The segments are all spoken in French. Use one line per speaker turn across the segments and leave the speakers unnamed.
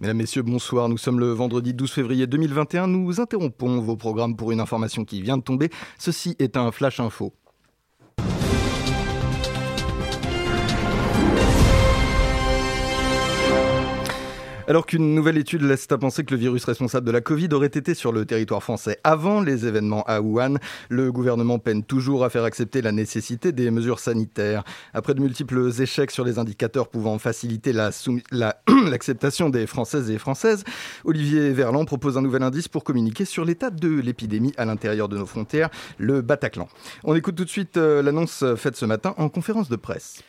Mesdames, Messieurs, bonsoir. Nous sommes le vendredi 12 février 2021. Nous interrompons vos programmes pour une information qui vient de tomber. Ceci est un flash info. Alors qu'une nouvelle étude laisse à penser que le virus responsable de la Covid aurait été sur le territoire français avant les événements à Wuhan, le gouvernement peine toujours à faire accepter la nécessité des mesures sanitaires. Après de multiples échecs sur les indicateurs pouvant faciliter l'acceptation la la des Françaises et Françaises, Olivier Verland propose un nouvel indice pour communiquer sur l'état de l'épidémie à l'intérieur de nos frontières, le Bataclan. On écoute tout de suite euh, l'annonce faite ce matin en conférence de presse.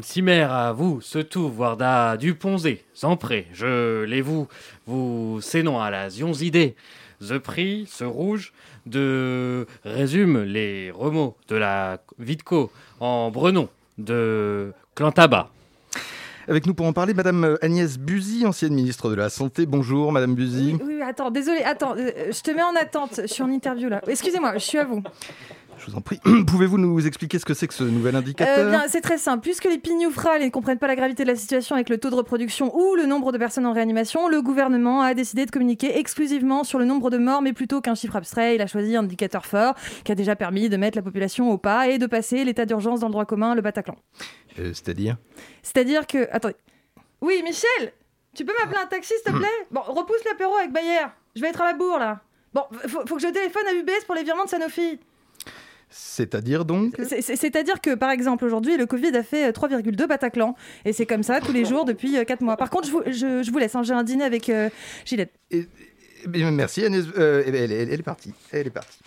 Simère Hmm, à vous, ce tout, Warda, Duponzé, Zampré, je les vous, vous, sénon à la Zionzidée. The Prix, ce rouge, de résume les remous de la Vitco en Brenon, de Clantaba.
Avec nous pour en parler, Madame euh, Agnès Buzy, ancienne ministre de la Santé. Bonjour, Madame Buzy.
Oui, oui attends, désolé, attends, euh, je te mets en attente, je suis en interview là. Excusez-moi, je suis à vous. Euh,
Je vous en prie. Pouvez-vous nous expliquer ce que c'est que ce nouvel indicateur
euh, C'est très simple. Puisque les pignoufrales ne comprennent pas la gravité de la situation avec le taux de reproduction ou le nombre de personnes en réanimation, le gouvernement a décidé de communiquer exclusivement sur le nombre de morts, mais plutôt qu'un chiffre abstrait. Il a choisi un indicateur fort qui a déjà permis de mettre la population au pas et de passer l'état d'urgence dans le droit commun, le Bataclan.
Euh, C'est-à-dire
C'est-à-dire que. Attendez. Oui, Michel Tu peux m'appeler un taxi, s'il te plaît Bon, repousse l'apéro avec Bayer. Je vais être à la bourre, là. Bon, faut, faut que je téléphone à UBS pour les virements de Sanofi.
C'est-à-dire donc
C'est-à-dire que, par exemple, aujourd'hui, le Covid a fait euh, 3,2 Bataclan. Et c'est comme ça tous les jours depuis 4 mois. Par contre, je vous, je, je vous laisse. Hein, J'ai un dîner avec euh, Gillette.
Et, et, Eh merci, Agnès. Euh, elle, elle, elle, est partie. Elle est partie.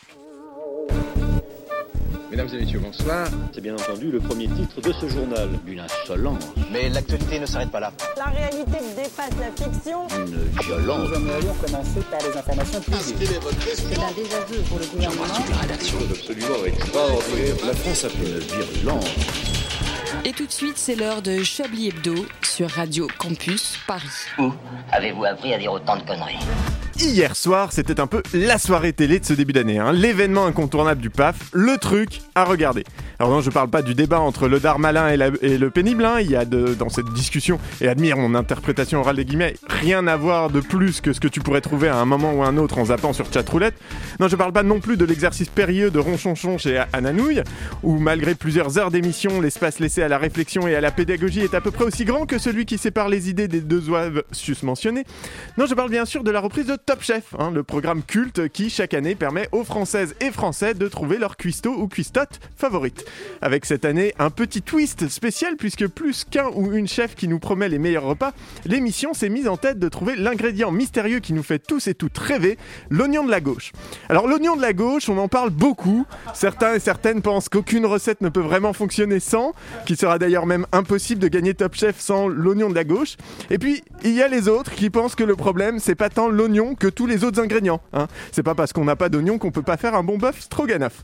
Mesdames et messieurs, bonsoir.
C'est bien entendu le premier titre de ce journal.
Une insolence.
Mais l'actualité ne s'arrête pas là.
La réalité dépasse la fiction.
Une violence.
Nous aimerions commencer par les informations privées.
C'est un désaveu pour le gouvernement.
J'embrasse toute la rédaction. absolument extraordinaire.
La France a fait une virulence.
Et tout de suite, c'est l'heure de Chablis Hebdo sur Radio Campus Paris.
Où avez-vous appris à dire autant de conneries
hier soir, c'était un peu la soirée télé de ce début d'année, hein. l'événement incontournable du PAF, le truc à regarder. Alors non, je parle pas du débat entre le Darmalin et, la, et le pénible, hein. il y a de, dans cette discussion, et admire mon interprétation orale des guillemets, rien à voir de plus que ce que tu pourrais trouver à un moment ou à un autre en zappant sur chatroulette. Non, je parle pas non plus de l'exercice périlleux de ronchonchon chez Ananouille, où malgré plusieurs heures d'émission, l'espace laissé à la réflexion et à la pédagogie est à peu près aussi grand que celui qui sépare les idées des deux oeuvres susmentionnées. Non, je parle bien sûr de la reprise de Top Chef, hein, le programme culte qui, chaque année, permet aux Françaises et Français de trouver leur cuistot ou cuistotte favorite. Avec cette année un petit twist spécial, puisque plus qu'un ou une chef qui nous promet les meilleurs repas, l'émission s'est mise en tête de trouver l'ingrédient mystérieux qui nous fait tous et toutes rêver, l'oignon de la gauche. Alors, l'oignon de la gauche, on en parle beaucoup. Certains et certaines pensent qu'aucune recette ne peut vraiment fonctionner sans, qu'il sera d'ailleurs même impossible de gagner Top Chef sans l'oignon de la gauche. Et puis, il y a les autres qui pensent que le problème, c'est pas tant l'oignon que tous les autres ingrédients. Hein. C'est pas parce qu'on n'a pas d'oignon qu'on peut pas faire un bon bœuf stroganoff.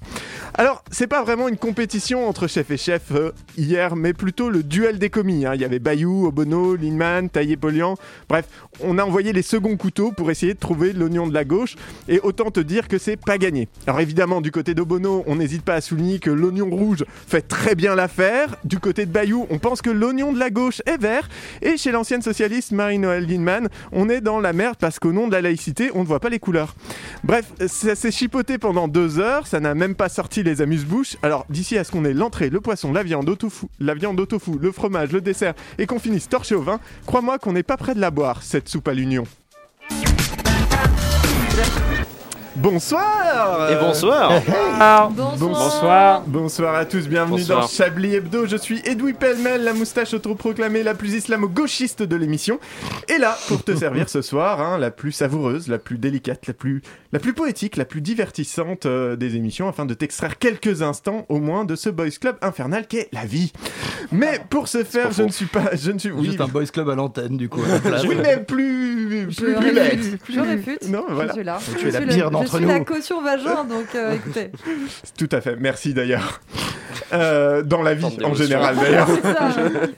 Alors, c'est pas vraiment une compétition entre chef et chef euh, hier, mais plutôt le duel des commis. Hein. Il y avait Bayou, Obono, Linman, Taillé Polian. Bref, on a envoyé les seconds couteaux pour essayer de trouver l'oignon de la gauche, et autant te dire que c'est pas gagné. Alors évidemment, du côté d'Obono, on n'hésite pas à souligner que l'oignon rouge fait très bien l'affaire. Du côté de Bayou, on pense que l'oignon de la gauche est vert. Et chez l'ancienne socialiste Marie-Noël Linman, on est dans la merde parce qu'au nom de la laïcité, on ne voit pas les couleurs. Bref, ça s'est chipoté pendant deux heures, ça n'a même pas sorti les amuse-bouches. Alors, d'ici à ce qu'on ait l'entrée, le poisson, la viande, au tofu, la viande au tofu, le fromage, le dessert, et qu'on finisse torché au vin, crois-moi qu'on n'est pas près de la boire, cette soupe à l'union. Bonsoir
Et bonsoir.
bonsoir
Bonsoir
Bonsoir à tous, bienvenue
bonsoir.
dans Chablis Hebdo, je suis Edoui Pellemel, la moustache autoproclamée la plus islamo-gauchiste de l'émission, et là, pour te servir ce soir, hein, la plus savoureuse, la plus délicate, la plus, la plus poétique, la plus divertissante euh, des émissions, afin de t'extraire quelques instants, au moins, de ce boys club infernal qu'est la vie. Mais pour ce faire, je ne suis pas... Je ne suis...
Oui, Juste un boys club à l'antenne, du coup. À la
place. oui, mais plus... plus, plus bête
Je réfute,
non, voilà.
je suis là.
Tu es la pire
je suis
nous.
la caution vagin, donc euh, écoutez.
Tout à fait, merci d'ailleurs. euh, dans la vie en général d'ailleurs.
hein.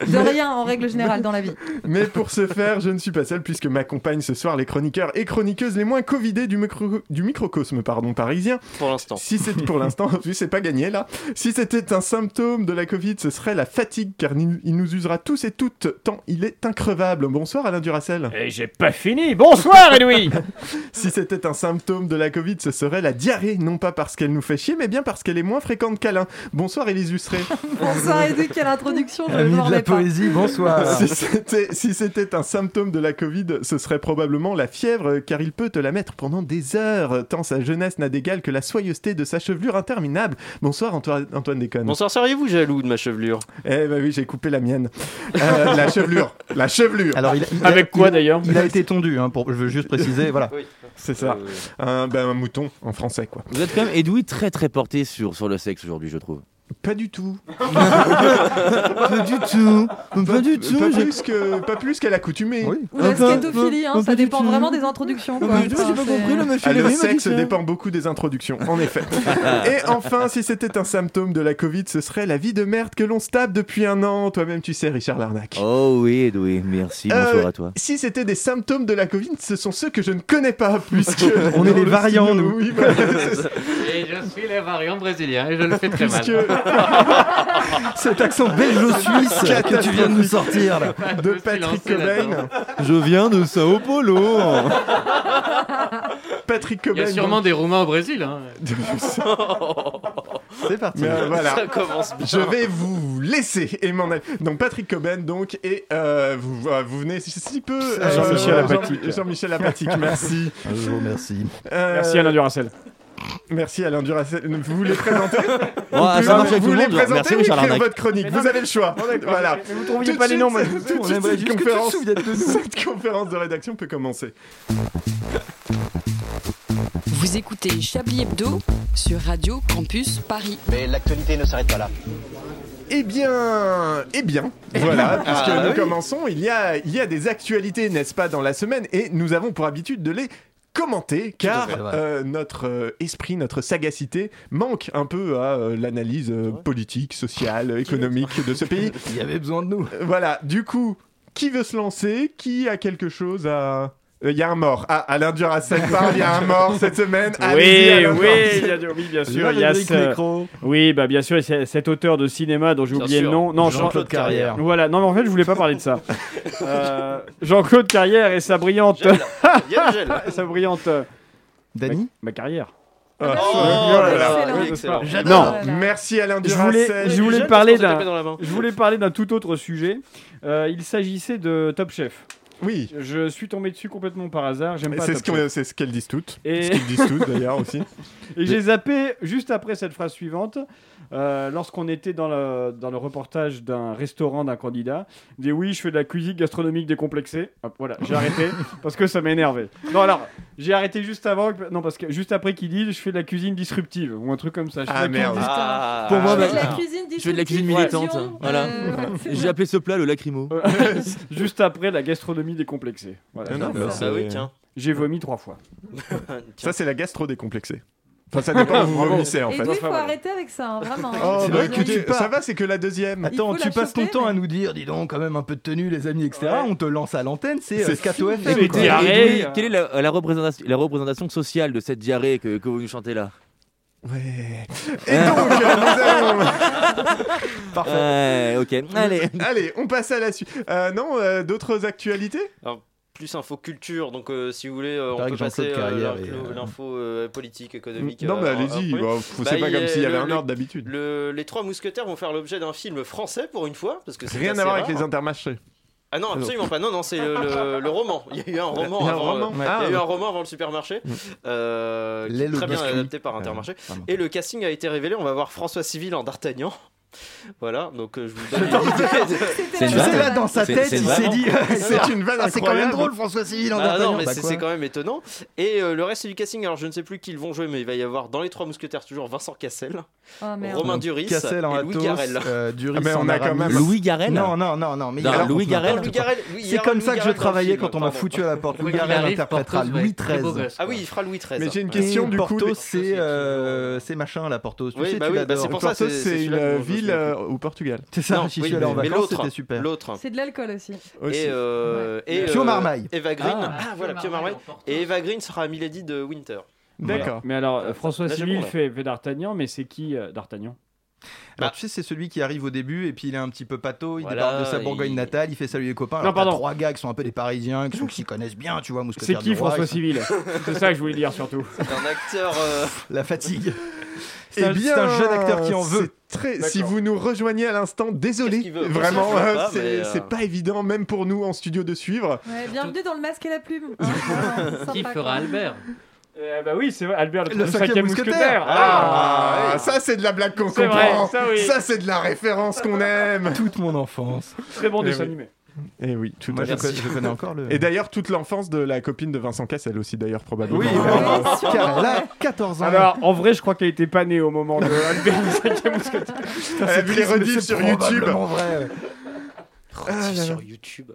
De rien en règle générale dans la vie.
Mais pour ce faire, je ne suis pas seul puisque m'accompagnent ce soir les chroniqueurs et chroniqueuses les moins covidés du, micro- du microcosme pardon, parisien.
Pour l'instant.
Si c'est pour l'instant, oui, c'est pas gagné là. Si c'était un symptôme de la Covid, ce serait la fatigue car ni- il nous usera tous et toutes tant il est increvable. Bonsoir Alain Duracel.
Et Eh, j'ai pas fini. Bonsoir Edoui.
si c'était un symptôme de la Covid, ce serait la diarrhée, non pas parce qu'elle nous fait chier, mais bien parce qu'elle est moins fréquente qu'Alain. Bonsoir Élise Hustré.
Bonsoir Edu, quelle introduction, je
Ami
ne m'en
de la
remets pas.
poésie, bonsoir.
si c'était si c'était un symptôme de la Covid, ce serait probablement la fièvre, euh, car il peut te la mettre pendant des heures, euh, tant sa jeunesse n'a d'égal que la soyeuseté de sa chevelure interminable. Bonsoir Antoine, Antoine Déconne.
Bonsoir, seriez-vous jaloux de ma chevelure
Eh ben oui, j'ai coupé la mienne. Euh, la chevelure, la chevelure.
Alors, il- il a-
Avec quoi
il-
d'ailleurs
Il a été tondu, hein, pour, je veux juste préciser, voilà.
C'est ça. Un, ben, un mouton en français quoi.
Vous êtes quand même Edoui très très porté sur, sur le sexe aujourd'hui, je trouve.
Pas du tout.
Pas du tout.
Pas
du tout,
Pas
j'ai-
plus que pas plus qu'à l'accoutumée.
Ou la scatophilie, hein, ça dépend vraiment des introductions. quoi. Enfin, c'est-
Ah, le sexe dépend beaucoup des introductions, en effet. Et enfin, si c'était un symptôme de la Covid, ce serait la vie de merde que l'on se tape depuis un an. Toi-même, tu sais, Richard Larnac.
Oh oui, Edoui, merci, bonsoir
Euh,
à toi.
Si c'était des symptômes de la Covid, ce sont ceux que je ne connais pas, puisque.
On est
dans
les
le
variants,
studio-
nous.
Oui, voilà, c'est ça.
Et je suis les variants brésiliens et je le fais très mal.
Cet accent belge-suisse que tu viens de nous sortir, là.
de Patrick
lancé là-dedans.
Cobain.
Je viens de Sao Paulo.
Patrick
Il y
Cobain.
a sûrement
donc-
des Roumains au Brésil. hein.
C'est parti.
Mais, euh, voilà.
Ça commence bien.
Je vais vous laisser et m'en aller. Donc Patrick Cobain, donc, et euh, vous, euh, vous venez si, si peu... euh,
Jean-Michel
Jean-
Apatique.
Jean-Michel Apatique, merci.
Ah, Je vous remercie.
Euh,
Merci Alain Duracel.
Merci Alain Duracel. Vous voulez présenter
Ouais, ça
Vous
marche avec tout le
voulez
monde.
présenter
Merci
ou
Richard
écrire
Larnac.
votre chronique Vous avez le choix. Voilà.
Mais vous
Tout
trouviez
de
pas les
suite,
noms, moi.
tout de
On
suite,
aimerait
cette
juste que tu te
conférence-
souviennes de nous.
Cette conférence de rédaction peut commencer.
Vous écoutez Chablis Hebdo sur Radio Campus Paris.
Mais l'actualité ne s'arrête pas là.
Eh bien, eh bien, voilà, puisque
Ah,
nous
oui.
commençons, il y, a, il y a des actualités, n'est-ce pas, dans la semaine, et nous avons pour habitude de les commenter, car
fait, c'est vrai.
euh, notre euh, esprit, notre sagacité manque un peu à euh, l'analyse euh, politique, sociale, économique de ce pays.
Il y avait besoin de nous.
Euh, Voilà, du coup, qui veut se lancer Qui a quelque chose à... Euh, Il y a un mort. Ah, Alain Duracell parle, il y a un mort cette semaine. Allez-y,
Oui,
Alain
oui, il y
Duracell.
a du- oui, bien sûr.
Sur
Il y a ce- Oui, bah bien sûr, et c'est- cet auteur de cinéma dont j'ai
Bien
oublié le
sûr,
nom. Non, Jean-
Jean-Claude Carrière.
Voilà, non, mais en fait, je voulais pas parler de ça. Euh, Jean-Claude Carrière et sa brillante. sa brillante. euh,
Dany
Ma carrière.
Ah,
Oh
Excellent.
oui, n'est-ce pas
Non,
J'adore.
Non.
merci Alain
Je voulais-
Duracell.
je voulais parler
se
d'un.
taper dans la main.
Je voulais parler d'un tout autre sujet. Euh, il s'agissait de Top Chef.
Oui.
Je suis tombé dessus complètement par hasard. J'aime
Mais
pas
C'est
Top
ce
Chef.
qu'on- c'est ce qu'elles disent toutes.
Et-
Ce qu'ils disent toutes d'ailleurs aussi.
Et j'ai zappé juste après cette phrase suivante, euh, lorsqu'on était dans le, dans le reportage d'un restaurant d'un candidat, il dit oui, je fais de la cuisine gastronomique décomplexée. Hop, voilà, j'ai arrêté parce que ça m'énervait. Non, alors, j'ai arrêté juste avant, que- non, parce que juste après qu'il dise je fais de la cuisine disruptive ou un truc comme ça. Je fais
Ah,
de la cuisine
merde.
dis-
Pour moi,
Je fais de
bah,
la cuisine
je fais de la cuisine
disruptive,
militante,
fusion,
voilà.
euh, voilà, c'est
J'ai appelé ce plat le lacrymo.
juste après la gastronomie décomplexée. Voilà.
Ah non,
bah,
c'est-
bah
oui, tiens.
J'ai vomi trois fois.
Ça, c'est la gastro décomplexée. Enfin, ça dépend où vous
Bravo.
vomissez en
Et
fait.
oui,
Enfin,
faut
voilà.
arrêter avec ça, hein, vraiment.
Oh,
C'est
bah,
vrai
écoute,
que tu
ça va, c'est que la deuxième.
Attends,
Il faut
tu
la
passes ton
choper,
temps à
mais-
nous dire, dis donc, quand même un peu de tenue, les amis, etc. On te lance à l'antenne, c'est
C'est
euh, Scato
fini.
FM.
Mais
quoi.
dis- Diarrhée.
Edoui, quelle est la, la représentation, la représentation sociale de cette diarrhée que, que vous nous chantez là
Ouais. Et donc, euh, nous allons-
Ouais, Euh, ok. Allez.
Allez, on passe à la suite. Euh, non, euh, d'autres actualités
Plus info culture, donc euh, si vous voulez, euh, on
Pareil
peut
que Jean-Claude
passer
Carrière
euh, l'info-
et, euh,
l'info euh, politique, économique.
Non,
euh,
mais
en- en
allez-y.
premier.
bah, faut-
Bah,
c'est pas
il
comme
est-
s'il y avait
le-
un
le-
ordre d'habitude.
Le- les trois mousquetaires vont faire l'objet d'un film français pour une fois, parce que c'est
Rien
assez
à voir
rare.
avec les intermarchés.
Ah non, absolument pas. Non, non, c'est le, le- le roman. Il y a eu un roman
Il y a un
avant. euh,
roman.
il y a eu
Ah.
un roman avant le supermarché, euh, qui
Les
est très bien
Lobiscuits.
adapté par Intermarché.
pardon.
Et le casting a été révélé. On va voir François Civil en D'Artagnan. Voilà, donc euh, je vous donne une idée de-
C'était
C'est une vanne. là, dans sa
C'est-
tête,
c'est
il
vraiment-
s'est dit, euh, c'est une vanne
Ah,
C'est quand même drôle, François Civil en
Ah non,
D'Artagnan.
mais
Bah
c'est
quoi
c'est quand même étonnant. Et euh, le reste du casting, alors je ne sais plus qui ils vont jouer, mais il va y avoir dans les trois mousquetaires toujours Vincent Cassel,
Oh, merde.
Romain
Donc,
Duris
Cassel en
et Louis
Athos,
Garrel.
euh, Duris
Ah, mais on
en
a quand
Aramis.
même- Louis Garrel
Non, non, non, non. Mais
Non,
alors,
Louis
on-
Garrel.
on-
Louis Garrel, Louis
C'est
Garrel,
comme
Louis
ça que je
Garrel dans le
travaillais
film,
quand on m'a
pardon.
foutu à la porte. Louis
Il
Garrel
arrive
interprétera
porteuse, ouais,
Louis
très beau
XIII.
gosse, quoi. Ah oui, il fera Louis XIII.
Mais j'ai
hein.
une
ouais.
question, du coup,
Porto,
les-
c'est euh, c'est machin là, Porto. Tu
Oui,
sais,
bah
tu
oui, bah
l'adores.
c'est pour ça,
Porto,
c'est-
c'est
c'est
une
celui-là
euh,
dont je me
ville
souviens
euh, au Portugal.
C'est ça,
Non,
j'y
oui,
suis allé en
mais
vacances,
l'autre,
c'était super.
L'autre.
C'est de l'alcool aussi.
Aussi.
Et, euh, et
Pio
euh,
Marmaille.
Eva Green.
Ah.
Ah, voilà, Pio Marmaille. Et Eva Green sera Milady de Winter.
D'accord.
Mais alors, euh, François
Là, j'ai
Civil
bon, là.
fait, fait D'Artagnan, mais c'est qui euh, D'Artagnan
Bah,
Alors, Bah, tu sais, c'est celui qui arrive au début et puis il est un petit peu pâteau, il
Voilà,
débarque de sa Bourgogne
il-
natale, il fait saluer les copains.
Non,
Alors, t'as
pardon.
trois gars qui sont un peu des Parisiens, qui sont- qui s'y connaissent bien, tu vois,
C'est
mousquetaires
qui
du roi,
François
ils sont-
Civil C'est ça que je voulais dire surtout.
C'est un acteur. euh,
La fatigue.
C'est
Eh bien, c'est un jeune acteur qui en veut.
c'est Très,
D'accord.
si vous nous rejoignez à l'instant,
Qu'est-ce
désolé.
qu'il veut
Vraiment,
Ça, je sais
euh,
pas, mais,
c'est
euh,
c'est pas évident, même pour nous en studio, de suivre.
Ouais, bienvenue dans le masque et la plume. Hein, c'est
Qui
sympa,
fera
quoi.
Albert
Eh bah oui, c'est vrai, Albert le,
Le
cinquième,
cinquième
mousquetaire.
mousquetaire.
Ah,
Ah, ça, c'est de la blague qu'on
C'est
comprend.
vrai, ça, oui.
c'est de la référence qu'on aime.
Toute mon enfance.
Très bon
Mais
dessin
oui.
animé.
Et oui, tout
Moi,
à
je
fait.
connais, je connais encore le.
Et d'ailleurs, toute l'enfance de la copine de Vincent Cassel aussi, d'ailleurs, probablement.
oui,
Ah,
bah,
oui, sûrement.
car elle a 14 ans.
Alors, en vrai, je crois qu'elle était pas née au moment de Albert le cinquième mousquetaire.
Elle a vu les rediffs sur YouTube.
probablement vrai. Ah
rediff sur YouTube.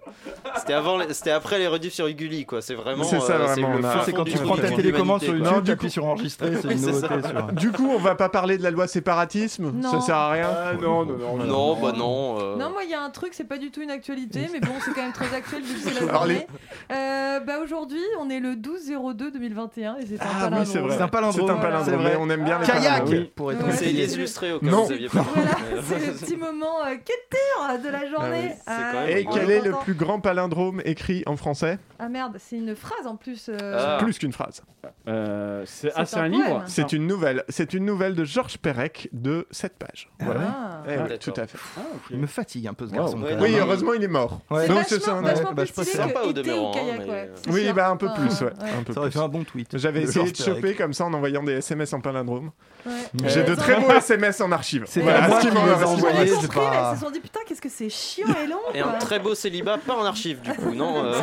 C'était avant, les- c'était après les rediffs sur Ugly, quoi. C'est vraiment.
C'est ça,
euh,
vraiment,
le
on a-
fin
C'est
fond
quand
du
tu prends
truc
ta
pour
télécommande
l'humanité,
sur une
quoi.
Non,
arme,
du
t'appuies sur enregistrer, c'est
Oui,
une
c'est
nouveauté.
ça.
sur-
Du coup, on va pas parler de la loi séparatisme
Non.
Ça sert à rien
Ah, non, non, non. non.
Non, bah non. euh,
Non, moi, il y a un truc, c'est pas du tout une actualité, mais bon, c'est quand même très actuel vu que c'est la
Alors, les-
journée. Euh, bah, aujourd'hui, on est le 12-02-2021 et c'est un
Ah
palindrome.
oui, c'est vrai.
C'est un palindrome,
C'est un
voilà.
palindrome,
C'est vrai.
mais on aime bien les
Kayak
palindromes, oui.
Pour être
Ouais.
C'est
précis.
les illustrer au cas
Non.
où vous aviez pas.
Voilà, c'est le petit moment euh, culture de la journée. Euh,
Ah oui, c'est quand même
on
Et
rigolo.
quel est le
l'entend.
plus grand palindrome écrit en français
Ah merde, c'est une phrase en plus. euh,
Ah.
Plus qu'une phrase.
Euh, c'est
C'est
ah, c'est
un
un
poème.
livre.
C'est une nouvelle. C'est une nouvelle de Georges Perec de 7 pages. Voilà.
ah.
Eh oui,
D'accord.
tout à fait.
Ah, ok.
Il me fatigue un peu ce
Wow.
garçon.
Ouais,
quand
non,
même.
Oui,
mais-
heureusement, il est mort.
Ouais.
C'est
Donc c'est ça.
vachement,
un-
vachement
bah, je
plus
pense que
stylé
c'est
sympa au
que été ou
demeurant,
kayak,
mais-
ouais, c'est
Oui,
sûr. Ah,
bah un peu plus, ouais.
ouais.
Un peu
Ça aurait
plus.
fait un bon tweet.
J'avais essayé de
Georges Perec.
choper comme ça en envoyant des SMS en palindrome.
Ouais.
J'ai de
Ils
très
ont-
beaux SMS en archive.
C'est
pas
Voilà
moi
ce qui
qui
m'en
les
ai
reste.
Ils ont rien
envoyés, c'est
compris,
pas-
mais ils se sont dit putain, qu'est-ce que c'est chiant et long.
Et un
quoi.
très beau célibat, pas en archive du coup, non euh,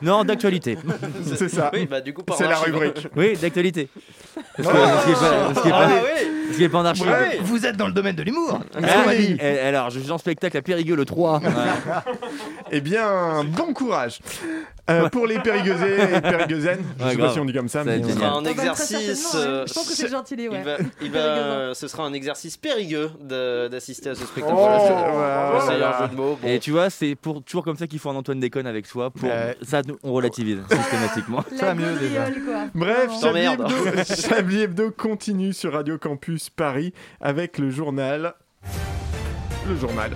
Non, d'actualité.
C'est ça.
Oui, bah du coup, pas en
C'est la
archive.
rubrique. Oh
Oui, d'actualité. Parce que-
Ah
parce qu'il est pas- parce qu'il est
Ah
pas-
oui
parce qu'il est pas en archive.
Ouais.
Vous êtes dans le domaine de l'humour.
Ah
oui.
oui. Eh, alors, je suis en spectacle à Périgueux le 3.
Eh bien, bon courage. Euh, Pour les Périgueusais et Périgueusaines, je
Ouais,
sais pas
grave.
si on dit comme ça,
Ça
mais
va
Ce
euh,
être
sera
génial.
un
Ah bah, très
exercice.
certainement, ouais.
euh,
Je pense que c'est gentil, les ouais.
Il va, il va-
Périgueux.
ce sera un exercice périlleux de- d'assister à ce spectacle.
Oh,
Voilà, je-
ouais,
c'est
voilà.
un jeu de mots. bon.
Et tu vois, c'est pour toujours comme ça qu'il faut un Antoine déconne avec soi. Pour
Ouais.
ça, nous, on relativise systématiquement.
Euh, oh. Ça va
La
mieux, déjà.
gaudriole, quoi.
Bref,
Vraiment.
Chablis
T'emmerdes.
Hebdo, Chablis Hebdo continue sur Radio Campus Paris avec le journal. Le journal.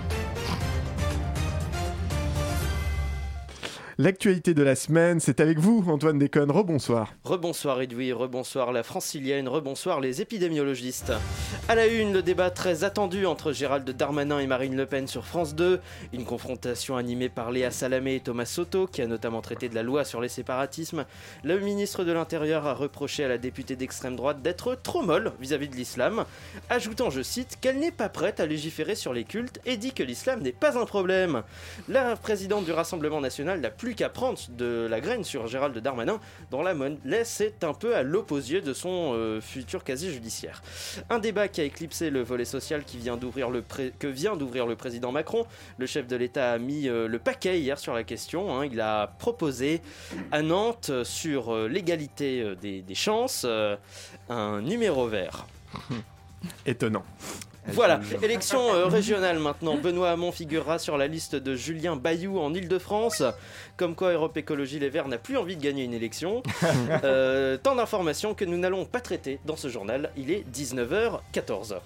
L'actualité de la semaine, c'est avec vous, Antoine Déconne. Rebonsoir.
Rebonsoir Edoui, rebonsoir la francilienne, rebonsoir les épidémiologistes. À la une, le débat très attendu entre Gérald Darmanin et Marine Le Pen sur France 2. Une confrontation animée par Léa Salamé et Thomas Soto, qui a notamment traité de la loi sur les séparatismes. Le ministre de l'Intérieur a reproché à la députée d'extrême droite d'être trop molle vis-à-vis de l'islam, ajoutant, je cite, qu'elle n'est pas prête à légiférer sur les cultes et dit que l'islam n'est pas un problème. La présidente du Rassemblement national n'a plus qu'à prendre de la graine sur Gérald Darmanin dans la monnaie, c'est un peu à l'opposé de son euh, futur casier judiciaire. Un débat qui a éclipsé le volet social qui vient d'ouvrir le pré- que vient d'ouvrir le président Macron. Le chef de l'État a mis euh, le paquet hier sur la question. hein. Il a proposé à Nantes euh, sur euh, l'égalité euh, des, des chances euh, un numéro vert.
Étonnant.
Voilà, élection euh, régionale maintenant. Benoît Hamon figurera sur la liste de Julien Bayou en Ile-de-France. Comme quoi, Europe Écologie Les Verts n'a plus envie de gagner une élection. Euh, tant d'informations que nous n'allons pas traiter dans ce journal. Il est 19h14.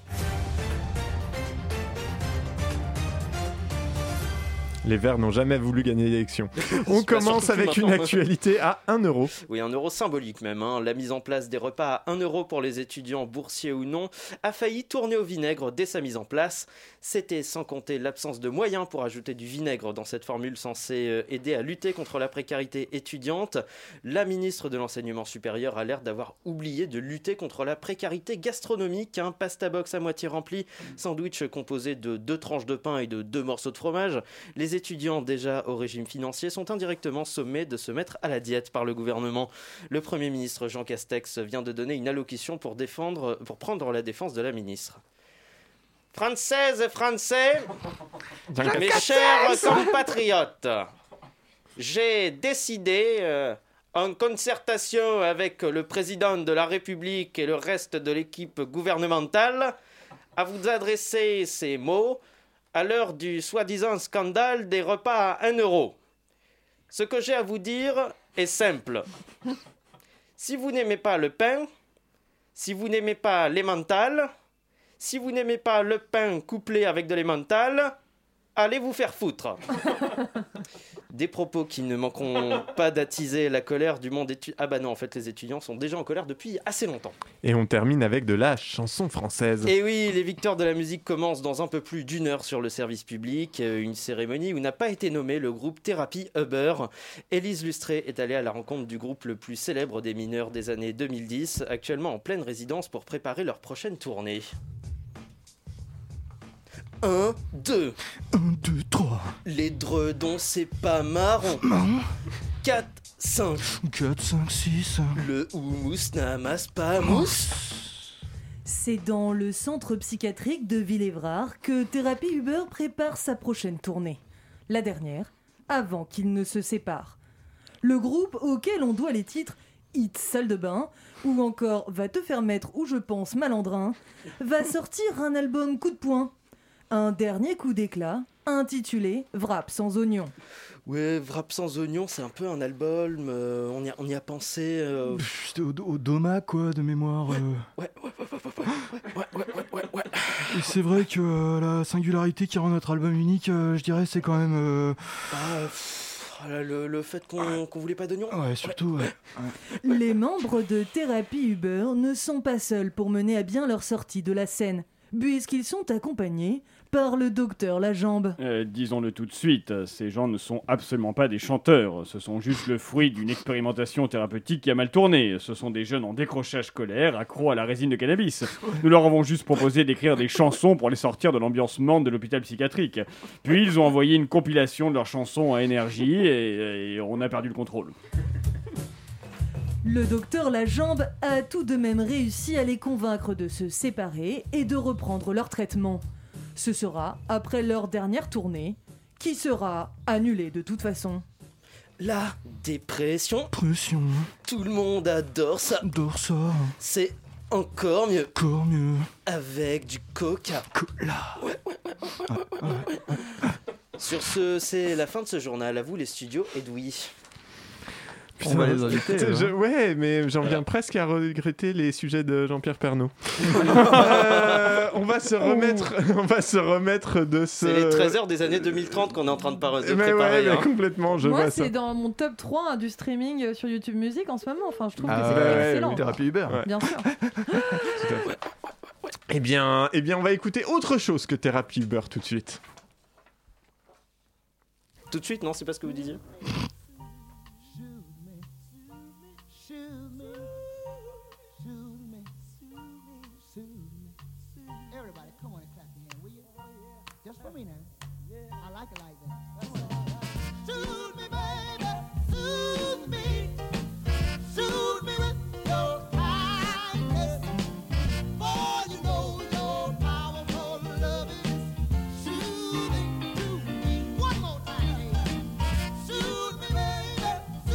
Les Verts n'ont jamais voulu gagner l'élection. On commence
surtout
avec
maintenant.
une actualité à 1 euro.
Oui, un euro symbolique même. hein. La mise en place des repas à 1 euro pour les étudiants, boursiers ou non, a failli tourner au vinaigre dès sa mise en place. C'était sans compter l'absence de moyens pour ajouter du vinaigre dans cette formule censée euh, aider à lutter contre la précarité étudiante. La ministre de l'Enseignement supérieur a l'air d'avoir oublié de lutter contre la précarité gastronomique. Un pasta box à moitié rempli, sandwich composé de deux tranches de pain et de deux morceaux de fromage. Les étudiants déjà au régime financier sont indirectement sommés de se mettre à la diète par le gouvernement. Le Premier ministre Jean Castex vient de donner une allocution pour, défendre, pour prendre la défense de la ministre. Françaises et Français, mes chers compatriotes, j'ai décidé, euh, en concertation avec le président de la République et le reste de l'équipe gouvernementale, à vous adresser ces mots à l'heure du soi-disant scandale des repas à 1 euro. Ce que j'ai à vous dire est simple. Si vous n'aimez pas le pain, si vous n'aimez pas l'emmental, si vous n'aimez pas le pain couplé avec de l'emmental, allez vous faire foutre. Des propos qui ne manqueront pas d'attiser la colère du monde étudiant. Ah bah non, en fait, les étudiants sont déjà en colère depuis assez longtemps.
Et on termine avec de la chanson française.
Et Eh oui, les victoires de la musique commencent dans un peu plus d'une heure sur le service public, euh, une cérémonie où n'a pas été nommé le groupe Thérapie Uber. Élise Lustré est allée à la rencontre du groupe le plus célèbre des mineurs des années 2010, actuellement en pleine résidence pour préparer leur prochaine tournée. 1, 2.
1, 2, 3.
Les dredons, c'est pas marrant. 4, 5.
4, 5, 6.
Le houmous n'amasse pas mousse.
C'est dans le centre psychiatrique de Villévrard que Thérapie Uber prépare sa prochaine tournée. La dernière, avant qu'ils ne se séparent. Le groupe auquel on doit les titres Hit Salle de Bain ou encore Va te faire mettre où je pense malandrin va sortir un album coup de poing. Un dernier coup d'éclat intitulé Wrap sans oignon.
Ouais, Wrap sans oignon, c'est un peu un album, euh, on, y a, on y a pensé. euh,
C'était au, au Doma, quoi, de mémoire. euh. Et c'est vrai que euh, la singularité qui rend notre album unique, euh, je dirais, c'est quand même. euh,
Ah, pff, ah là, le, le fait qu'on qu'on voulait pas d'oignon
Ouais, surtout, ouais.
Les membres de Thérapie Uber ne sont pas seuls pour mener à bien leur sortie de la scène, puisqu'ils sont accompagnés par le docteur Lajambe.
Euh, Disons-le tout de suite, ces gens ne sont absolument pas des chanteurs. Ce sont juste le fruit d'une expérimentation thérapeutique qui a mal tourné. Ce sont des jeunes en décrochage scolaire, accros à la résine de cannabis. Nous leur avons juste proposé d'écrire des chansons pour les sortir de l'ambiance morne de l'hôpital psychiatrique. Puis ils ont envoyé une compilation de leurs chansons à énergie et, et on a perdu le contrôle.
Le docteur Lajambe a tout de même réussi à les convaincre de se séparer et de reprendre leur traitement. Ce sera après leur dernière tournée, qui sera annulée de toute façon.
La dépression,
Pression.
tout le monde adore ça.
Adore ça.
C'est encore mieux
Encore mieux.
avec du coca.
Cola.
Sur ce, c'est la fin de ce journal. À vous les studios, Edoui.
On va les inviter, hein.
Putain,
là.
je- ouais, mais j'en viens presque à regretter les sujets de Jean-Pierre Pernaud. Euh, on va se remettre, on va se remettre de ce.
Oh. C'est les 13 heures des années 2030 qu'on est en train de, par- de
Euh, Mais
préparer.
ouais, mais
hein.
complètement, je
Moi,
vois ça.
c'est dans mon top 3 hein, du streaming euh, sur YouTube Music en ce moment. Enfin, je trouve que c'est
bah ouais,
excellent.
oui,
Thérapie Uber.
Ouais.
Bien sûr.
Eh bien, eh bien, on va écouter autre chose que Thérapie Uber tout de suite.
Tout de suite, non, c'est pas ce que vous disiez
Everybody, come on and clap your hand, will you? Just for me now. I like it like that. Soothe me, baby, soothe me. Soothe me with your kindness. For you know your powerful love is soothing to me. One more time, baby. Soothe me,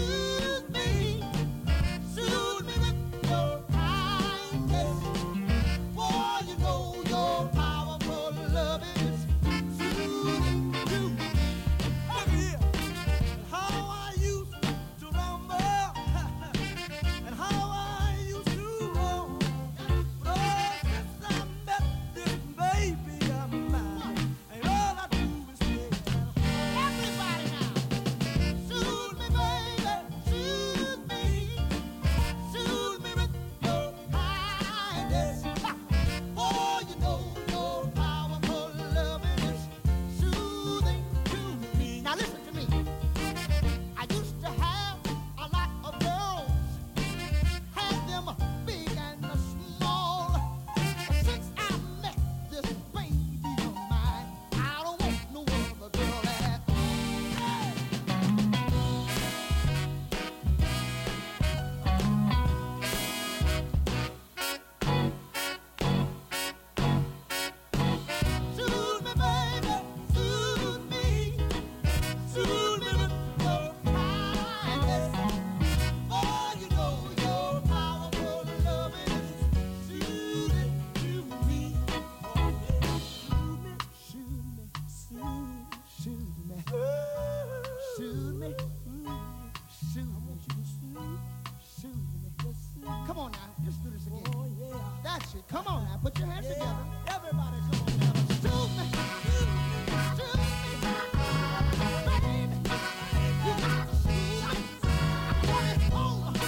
country. Come on now, put your hands together. Everybody, come on now. Shoot me, shoot me, shoot me. Baby, you got to shoot me. I want it over.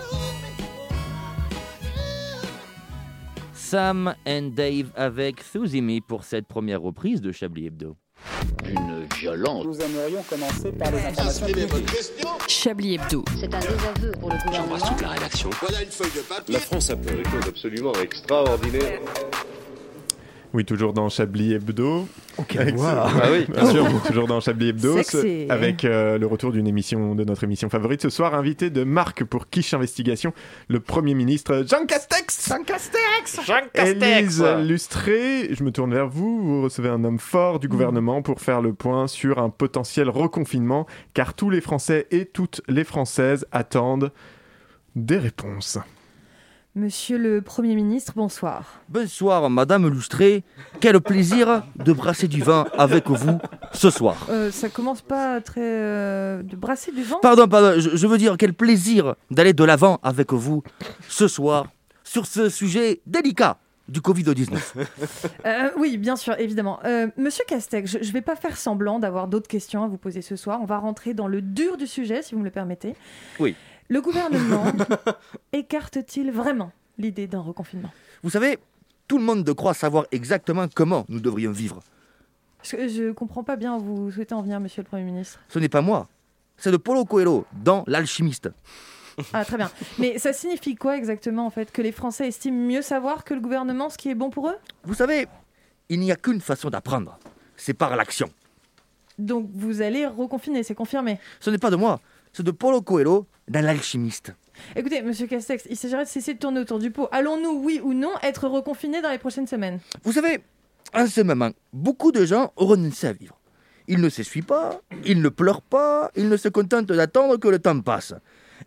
Shoot me, shoot me.
Sam and Dave avec Suzimi pour cette première reprise de Chablis Hebdo.
Une violence.
Nous aimerions commencer par les informations
Eh
publiques.
Chablis Hebdo.
C'est un désaveu pour le gouvernement.
toute la rédaction. Voilà une feuille de papier. La France a fait des choses absolument extraordinaires.
Oui, toujours dans Chablis Hebdo.
Ok,
Avec ce-
Ah oui.
bien sûr, toujours dans Chablis Hebdo.
Sexy.
ce- Avec euh, le retour d'une émission, de notre émission favorite ce soir, invité de Marc pour Quiche Investigation, le Premier ministre Jean Castex.
Jean Castex
Jean
Élise Lustré, je me tourne vers vous. Vous recevez un homme fort
Mm.
du gouvernement pour faire le point sur un potentiel reconfinement, car tous les Français et toutes les Françaises attendent des réponses.
Monsieur le Premier ministre, bonsoir.
Bonsoir, Madame Lustré. Quel plaisir de brasser du vin avec vous ce soir.
Euh, ça commence pas très. euh, de brasser du vent
Pardon, pardon, je, je veux dire quel plaisir d'aller de l'avant avec vous ce soir sur ce sujet délicat du Covid-19.
Euh, oui, bien sûr, évidemment. Euh, Monsieur Castex, je ne vais pas faire semblant d'avoir d'autres questions à vous poser ce soir. On va rentrer dans le dur du sujet, si vous me le permettez.
Oui.
Le gouvernement écarte-t-il vraiment l'idée d'un reconfinement
Vous savez, tout le monde croit savoir exactement comment nous devrions vivre.
Parce que Je ne comprends pas bien où vous souhaitez en venir, Monsieur le Premier ministre.
Ce n'est pas moi, c'est de Paulo Coelho dans L'Alchimiste.
Ah, très bien. Mais ça signifie quoi exactement, en fait Que les Français estiment mieux savoir que le gouvernement ce qui est bon pour eux
Vous savez, il n'y a qu'une façon d'apprendre, c'est par l'action.
Donc vous allez reconfiner, c'est confirmé.
Ce n'est pas de moi, c'est de Paulo Coelho dans L'Alchimiste.
Écoutez, Monsieur Castex, il s'agirait de cesser de tourner autour du pot. Allons-nous, oui ou non, être reconfinés dans les prochaines semaines
Vous savez, en ce moment, beaucoup de gens renoncent à vivre. Ils ne s'essuient pas, ils ne pleurent pas, ils ne se contentent d'attendre que le temps passe.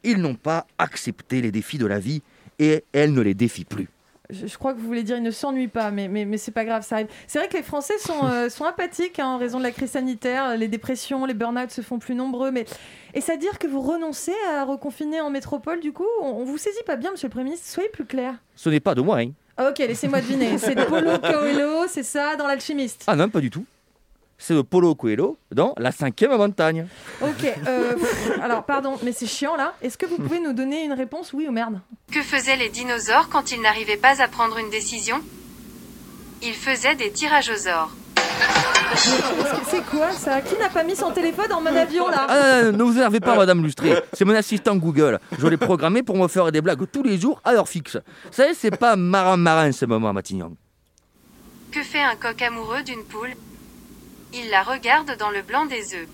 Ils n'ont pas accepté les défis de la vie et elle ne les défie plus.
Je, je crois que vous voulez dire, il ne s'ennuie pas, mais, mais, mais c'est pas grave, ça arrive. C'est vrai que les Français sont, euh, sont apathiques hein, en raison de la crise sanitaire, les dépressions, les burn-out se font plus nombreux. Mais... Et ça veut dire que vous renoncez à reconfiner en métropole, du coup on, on vous saisit pas bien, monsieur le Premier ministre, soyez plus clair.
Ce n'est pas de moi, hein
Ah, ok, laissez-moi deviner, c'est de Paulo Coelho, c'est ça, dans l'alchimiste.
Ah non, pas du tout. C'est de Paulo Coelho dans La cinquième montagne.
Ok, euh, pff, alors pardon, mais c'est chiant là. Est-ce que vous pouvez nous donner une réponse, oui ou merde
Que faisaient les dinosaures quand ils n'arrivaient pas à prendre une décision Ils faisaient des tirages aux ors.
C'est quoi ça Qui n'a pas mis son téléphone en mode avion là
Ah non, non, non, ne vous énervez pas, Madame Lustré. C'est mon assistant Google. Je l'ai programmé pour me faire des blagues tous les jours à l'heure fixe. Vous savez, c'est pas marin-marin ce moment, Matignon.
Que fait un coq amoureux d'une poule Il la regarde dans le blanc des œufs.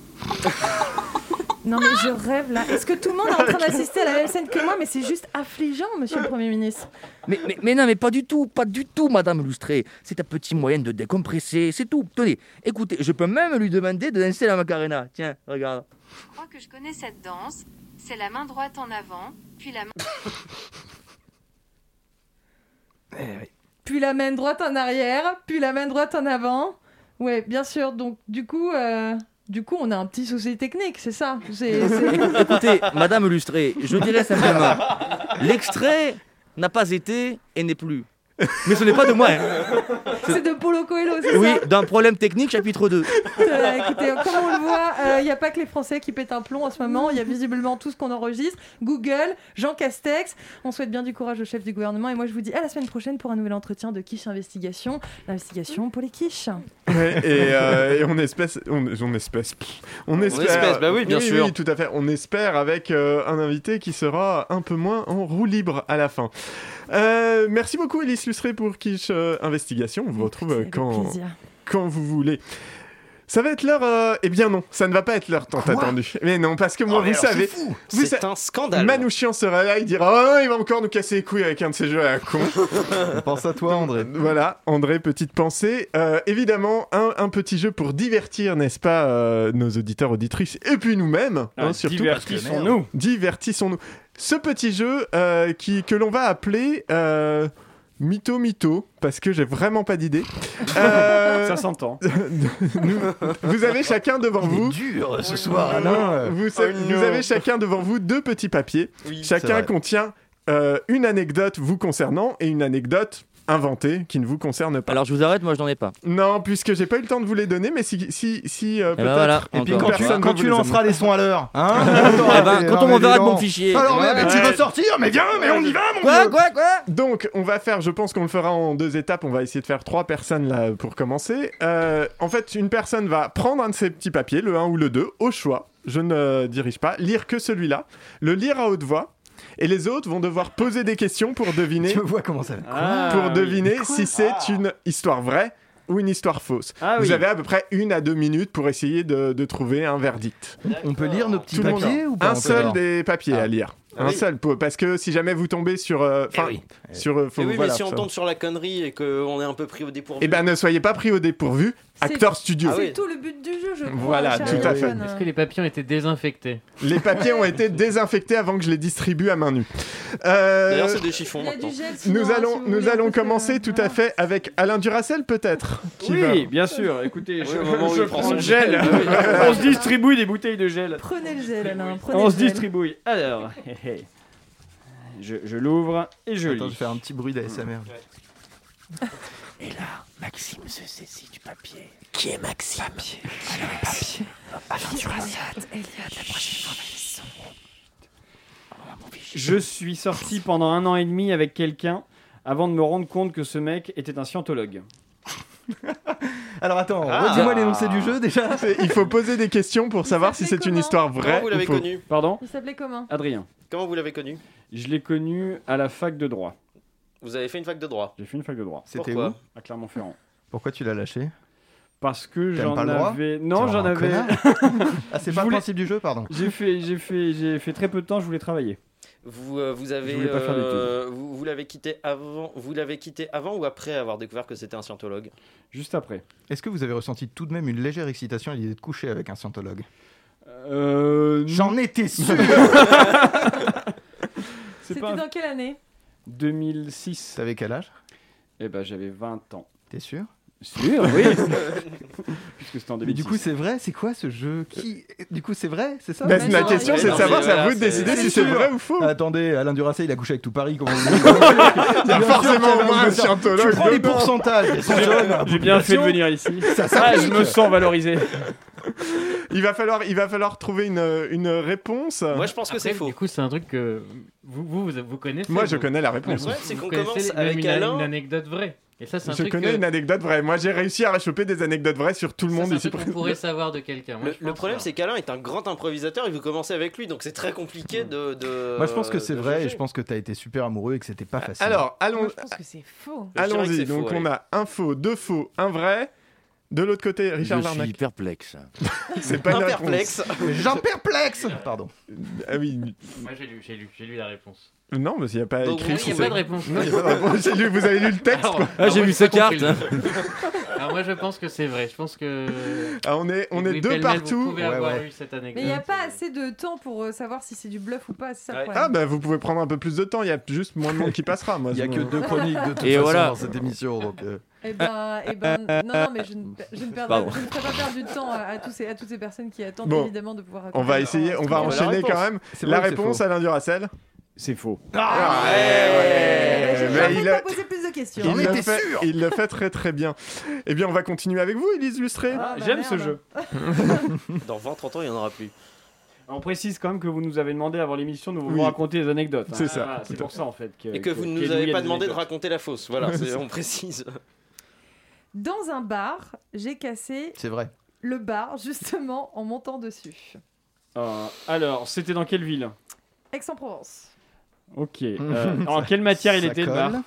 Non mais je rêve là. Est-ce que tout le monde est en train d'assister à la même scène que moi Mais c'est juste affligeant, monsieur le Premier ministre.
Mais, mais, mais non, mais pas du tout, pas du tout, Madame Lustré. C'est un petit moyen de décompresser, c'est tout. Tenez, écoutez, je peux même lui demander de danser la macarena. Tiens, regarde.
Je crois que je connais cette danse. C'est la main droite en avant, puis la main...
Puis la main droite en arrière, puis la main droite en avant. Ouais, bien sûr. Donc du coup, euh, du coup, on a un petit souci technique, c'est ça C'est- c'est-
Écoutez, Madame Lustré, je dirais simplement, l'extrait n'a pas été et n'est plus. Mais ce n'est pas de moi. hein.
C'est de Paulo Coelho, c'est
Oui,
ça
d'un problème technique, chapitre 2.
Euh, écoutez, euh, comme on le voit, il n'y a pas que les Français qui pètent un plomb en ce moment. Il y a visiblement tout ce qu'on enregistre. Google, Jean Castex. On souhaite bien du courage au chef du gouvernement. Et moi, je vous dis à la semaine prochaine pour un nouvel entretien de Quiche Investigation. L'investigation pour les quiches.
Ouais, et, euh, et on espère, on, on espère, pff, on espère,
espèce, bah oui, bien sûr.
oui, tout à fait. On espère avec euh, un invité qui sera un peu moins en roue libre à la fin. Euh, merci beaucoup, Elise Lustré, pour Quiche euh, Investigation. On vous retrouve euh, quand,
plaisir.
quand vous voulez. Ça va être l'heure. euh, Eh bien non, ça ne va pas être l'heure tant
Quoi
attendue. Mais non, parce que moi,
Oh, mais
vous
alors,
savez,
c'est fou.
vous
C'est
sa-
un scandale.
Manouchian se réveille, dira oh, il va encore nous casser les couilles avec un de ces jeux à la con.
Pense à toi, André.
Voilà, André, petite pensée. Euh, évidemment, un, un petit jeu pour divertir, n'est-ce pas, euh, nos auditeurs, auditrices, et puis nous-mêmes,
Ah,
hein, surtout.
divertissons-nous.
Divertissons-nous. Ce petit jeu euh, qui, que l'on va appeler euh, Mytho Mytho, parce que j'ai vraiment pas d'idée. Euh,
Ça s'entend.
nous- vous avez chacun devant vous. Ah
dur ce soir, Oh
Alain,
Alain.
Vous, sa- vous avez chacun devant vous deux petits papiers.
c'est
chacun
vrai.
contient euh, une anecdote vous concernant et une anecdote inventée qui ne vous concerne pas.
Alors je vous arrête, moi je n'en ai pas.
Non, puisque j'ai pas eu le temps de vous les donner, mais si, si, si euh,
Eh ben
peut-être.
voilà,
et puis que
encore. Quand tu-
personne ne
quand
vous
tu
les a
lanceras
mis.
les sons à l'heure, hein
Attends,
Eh ben,
mais
quand
non,
on
mais
verra
dis
de
donc.
mon fichier.
Alors, mais,
Ouais,
mais tu
ouais.
veux sortir, mais viens, mais on y va, mon
Quoi,
vieux.
quoi, quoi
Donc, on va faire, je pense qu'on le fera en deux étapes. On va essayer de faire trois personnes là pour commencer. Euh, en fait, une personne va prendre un de ces petits papiers, le 1 ou le 2, au choix. Je ne dirige pas. Lire que celui-là. Le lire à haute voix. Et les autres vont devoir poser des questions pour deviner.
Je vois comment ça va.
Ah,
pour
oui.
deviner
Quoi
si c'est
Ah.
une histoire vraie ou une histoire fausse.
Ah
Vous
oui.
avez à peu près une à deux minutes pour essayer de, de trouver un verdict.
On peut lire nos petits
Tout le monde-
papiers ou pas
Un
on peut
seul
voir
des papiers à lire.
Ah
un
oui.
seul, pour- parce que si jamais vous tombez sur... euh, enfin, sur euh, faut-
Et Eh oui,
voilà,
mais si on
ça.
tombe sur la connerie et qu'on est un peu pris au dépourvu.
Eh ben, ne soyez pas pris au dépourvu.
C'est-
Acteur studio.
Ah oui. C'est
tout le but du jeu, je crois.
Ah,
Voilà,
cher
tout à fait.
Erwan.
Est-ce que les papiers ont été désinfectés
Les papiers ont été désinfectés avant que je les distribue à main nue. Euh,
D'ailleurs, c'est des chiffons
Il y a du
maintenant.
gel, sinon,
Nous
hein,
allons,
si vous
nous
voulez.
allons commencer tout à fait avec Alain Duracel peut-être. qui
Oui,
va-
bien sûr. Écoutez, je,
au moment où
je
il prend
prends
son
le gel.
gel.
on se distribue des bouteilles de gel.
Prenez le gel, Alain. Prenez
On
le
se
gel.
distribue. Alors, hé, hé. je, je l'ouvre et je
Attends, je
lis.
vais faire un petit bruit d'ASMR.
Et là, Maxime se saisit du papier. Qui est Maxime Papier. papier.
Ah,
la prochaine fois,
Je suis sorti pendant un an et demi avec quelqu'un avant de me rendre compte que ce mec était un scientologue.
Alors attends,
Ah.
redis-moi l'énoncé du jeu déjà.
C'est- Il faut poser des questions pour savoir si c'est une histoire vraie.
Comment vous l'avez
ou fausse.
connu
Pardon
Il s'appelait comment
Adrien,
Comment vous l'avez connu
je l'ai connu à la fac de droit.
Vous avez fait une fac de droit.
J'ai fait une fac de droit.
C'était
Pourquoi
où
À Clermont-Ferrand.
Pourquoi tu l'as lâché
Parce que
T'aimes
j'en
pas le droit
avais.
T'es
Non,
un
j'en avais.
connard Ah, c'est
Je
pas
voulais-
le principe du jeu, pardon.
J'ai fait, j'ai fait, j'ai fait très peu de temps. Je voulais travailler.
Vous, euh, vous avez,
Je voulais pas faire
euh, vous, vous l'avez quitté avant, vous l'avez quitté avant ou après avoir découvert que c'était un scientologue
Juste après.
Est-ce que vous avez ressenti tout de même une légère excitation à l'idée de coucher avec un scientologue
Euh,
J'en étais sûr
c'est
C'était
pas un-
dans quelle année
2006.
T'avais quel âge
Eh ben, j'avais 20 ans.
T'es sûr
Sûr, oui. Puisque c'était en 2006.
Mais du coup, c'est vrai, c'est quoi ce jeu Qui Du coup, c'est vrai, c'est ça
Bah, c'est- la question, c'est de
non,
savoir,
mais
c'est à
voilà,
vous de
c'est-
décider si
c'est
c'est
sûr. Bah,
vrai ou faux.
Attendez, Alain Duracell, il a couché avec tout Paris, comment vous voulez
Il y a forcément au moins un scientologue.
Tu prends les
dedans.
pourcentages, les scientologues.
J'ai bien fait de venir ici.
Ça
Ah,
s'applique.
je me sens valorisé.
Il va falloir, il va falloir trouver une, une réponse.
Moi, je pense que c'est
Après,
faux.
Du coup, c'est un truc que vous, vous, vous, vous connaissez.
Moi, je
vous.
connais la
Mais le
réponse.
problème,
c'est
vous
qu'on
connaissez
commence
même
avec
une,
Alain.
une anecdote vraie. Et ça, c'est un
Je
truc euh,
connais
que-
une anecdote vraie. Moi, j'ai réussi à réchoper des anecdotes vraies sur tout le
ça,
monde
c'est un
ici
truc qu'on
présent.
pourrait savoir de quelqu'un. Moi,
Le,
je
le
pense,
problème,
là.
c'est qu'Alain est un grand improvisateur et vous commencez avec lui, donc c'est très compliqué de.
Moi,
de-
Euh, je Bah, pense que c'est
de
vrai
juger.
et je pense que t'as été super amoureux et que c'était pas facile.
Alors,
Moi,
allons,
je pense que c'est faux.
Je dirais que
allons-y.
c'est
Donc,
faux,
on
allez.
a un faux, deux faux, un vrai. De l'autre côté, Richard
Je suis
Larnac.
perplexe.
C'est pas une
Un
réponse.
perplexe.
Jean perplexe Pardon.
Ah oui.
Moi, j'ai lu, j'ai lu, j'ai lu la réponse.
Non, mais il n'y a pas
Donc,
écrit.
oui,
si
Il n'y
c'est-
a pas de réponse.
Non, il y a pas de réponse. J'ai lu- Vous avez lu le texte
Alors,
quoi.
Ah,
alors,
Ah, j'ai
moi,
vu
j'ai
ce
pas compris,
carte.
là. Alors moi je pense que c'est vrai. Je pense que
Ah, on est, on est
Oui,
deux
pêle-mêle, Vous
partout.
pouvez
Ouais,
avoir
ouais.
eu cette
Mais il n'y a
anecdote.
pas assez de temps pour euh, savoir si c'est du bluff ou pas, c'est ça le
Ouais.
Ah
problème.
bah vous pouvez prendre un peu plus de temps, il y a juste moins de monde qui passera. Moi,
Il y a
je-
que deux chroniques de toute
Et
façon
voilà.
dans cette émission. Donc, euh,
Eh ben, eh ben, non, non, mais je ne, je ne perdrai,
Pardon.
je ne ferai pas perdre du temps à, à tous ces, à toutes ces personnes qui attendent
Bon.
évidemment de pouvoir.
On va essayer, on va
Bon, la
enchaîner
réponse.
quand même.
c'est
Bah, La
vrai que c'est
réponse
faux.
à Alain Duracell.
C'est faux.
Ah, ouais,
Je
ouais, mais
vais
il a-
pas poser plus de questions.
il
On
le
était
fait,
sûr.
il le fait très très bien. Eh bien, on va continuer avec vous, Élise Lustré.
Ah, bah
J'aime ce
merde.
jeu.
Dans 20-30 ans, il n'y en aura plus.
On précise quand même que vous nous avez demandé avant l'émission de vous
Oui.
raconter des anecdotes. hein.
C'est ça.
Voilà, c'est pour ça en fait. Que,
Et que vous ne
qu'est
nous
doué
avez pas
des
demandé de
anecdotes.
raconter la fausse. Voilà, c'est- on précise.
Dans un bar, j'ai cassé
c'est vrai.
le bar justement en montant dessus.
Euh, alors, c'était dans quelle ville
Aix-en-Provence.
Ok. euh, en quelle matière il
Ça
était le
colle.
bar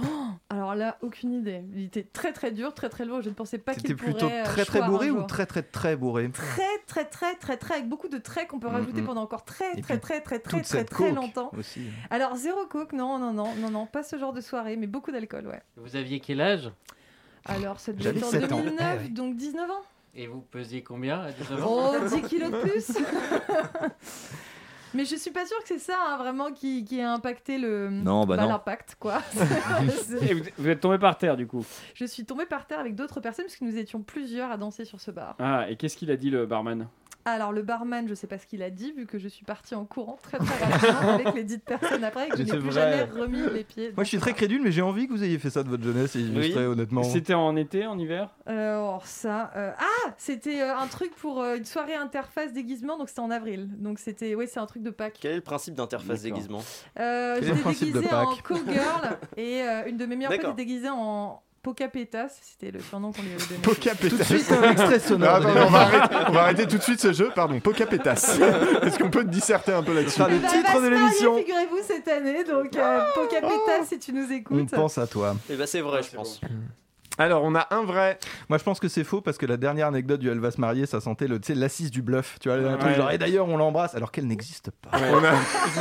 Oh, Alors là, aucune idée. Il était très très dur, très très lourd. Je ne pensais pas qu'il
T'étais
pourrait.
plutôt
euh,
très très
choir un
bourré ou
jour.
très très très bourré
très très très très très avec beaucoup de traits qu'on peut rajouter
Mm, mm.
pendant encore très
Et
très
puis,
très très très
Toute
très
cette
très
coke
longtemps.
aussi.
Alors zéro coke, non non non non non, pas ce genre de soirée, mais beaucoup d'alcool, ouais.
Vous aviez quel âge
Alors ça devait
J'avais
être en
7 ans.
2009,
Eh oui.
donc 19 ans.
et vous pesiez combien à 19 ans
Oh 10 kilos de plus. Mais je suis pas sûre que c'est ça hein, vraiment qui, qui a impacté le
Non, bah non.
l'impact quoi.
Et vous, vous êtes tombé par terre du coup.
je suis tombée par terre avec d'autres personnes parce que nous étions plusieurs à danser sur ce bar.
Ah, et qu'est-ce qu'il a dit le barman
Alors le barman, je sais pas ce qu'il a dit vu que je suis partie en courant très très rapidement avec les dites personnes après et que je
Mais
n'ai
c'est
plus
vrai.
jamais remis les pieds.
Moi, je suis très crédule, mais j'ai envie que vous ayez fait ça de votre jeunesse et illustré, honnêtement.
C'était en été, en hiver
Euh, alors ça, euh, ah, c'était euh, un truc pour euh, une soirée interface déguisement, donc c'était en avril. Donc c'était, oui, c'est un truc de Pâques.
Quel est le principe d'interface déguisement
Euh,
Quel est le
j'étais
principe de
déguisée en
Pâques
cowgirl et euh, une de mes meilleures potes
D'accord.
était déguisée en Pocapétas, c'était le surnom qu'on lui avait donné.
Pocapétas.
Tout de suite, un extrait sonore.
Ah, pardon, on, va arrêter, on va arrêter tout de suite ce jeu, pardon. Pocapétas. Est-ce qu'on peut disserter un peu là-dessus
Ah, le
Bah, va se marier, Figurez-vous cette année, donc euh,
Oh
Pocahontas, si tu nous
On
écoutes.
pense à toi.
Eh ben c'est vrai, je pense.
Hmm.
Alors, on a un vrai.
Moi, je pense que c'est faux parce que la dernière anecdote du Elle va se marier, ça sentait le, tu sais, l'assise du bluff. Tu vois, un truc
Ouais.
genre, et d'ailleurs, on l'embrasse alors qu'elle n'existe pas.
On a-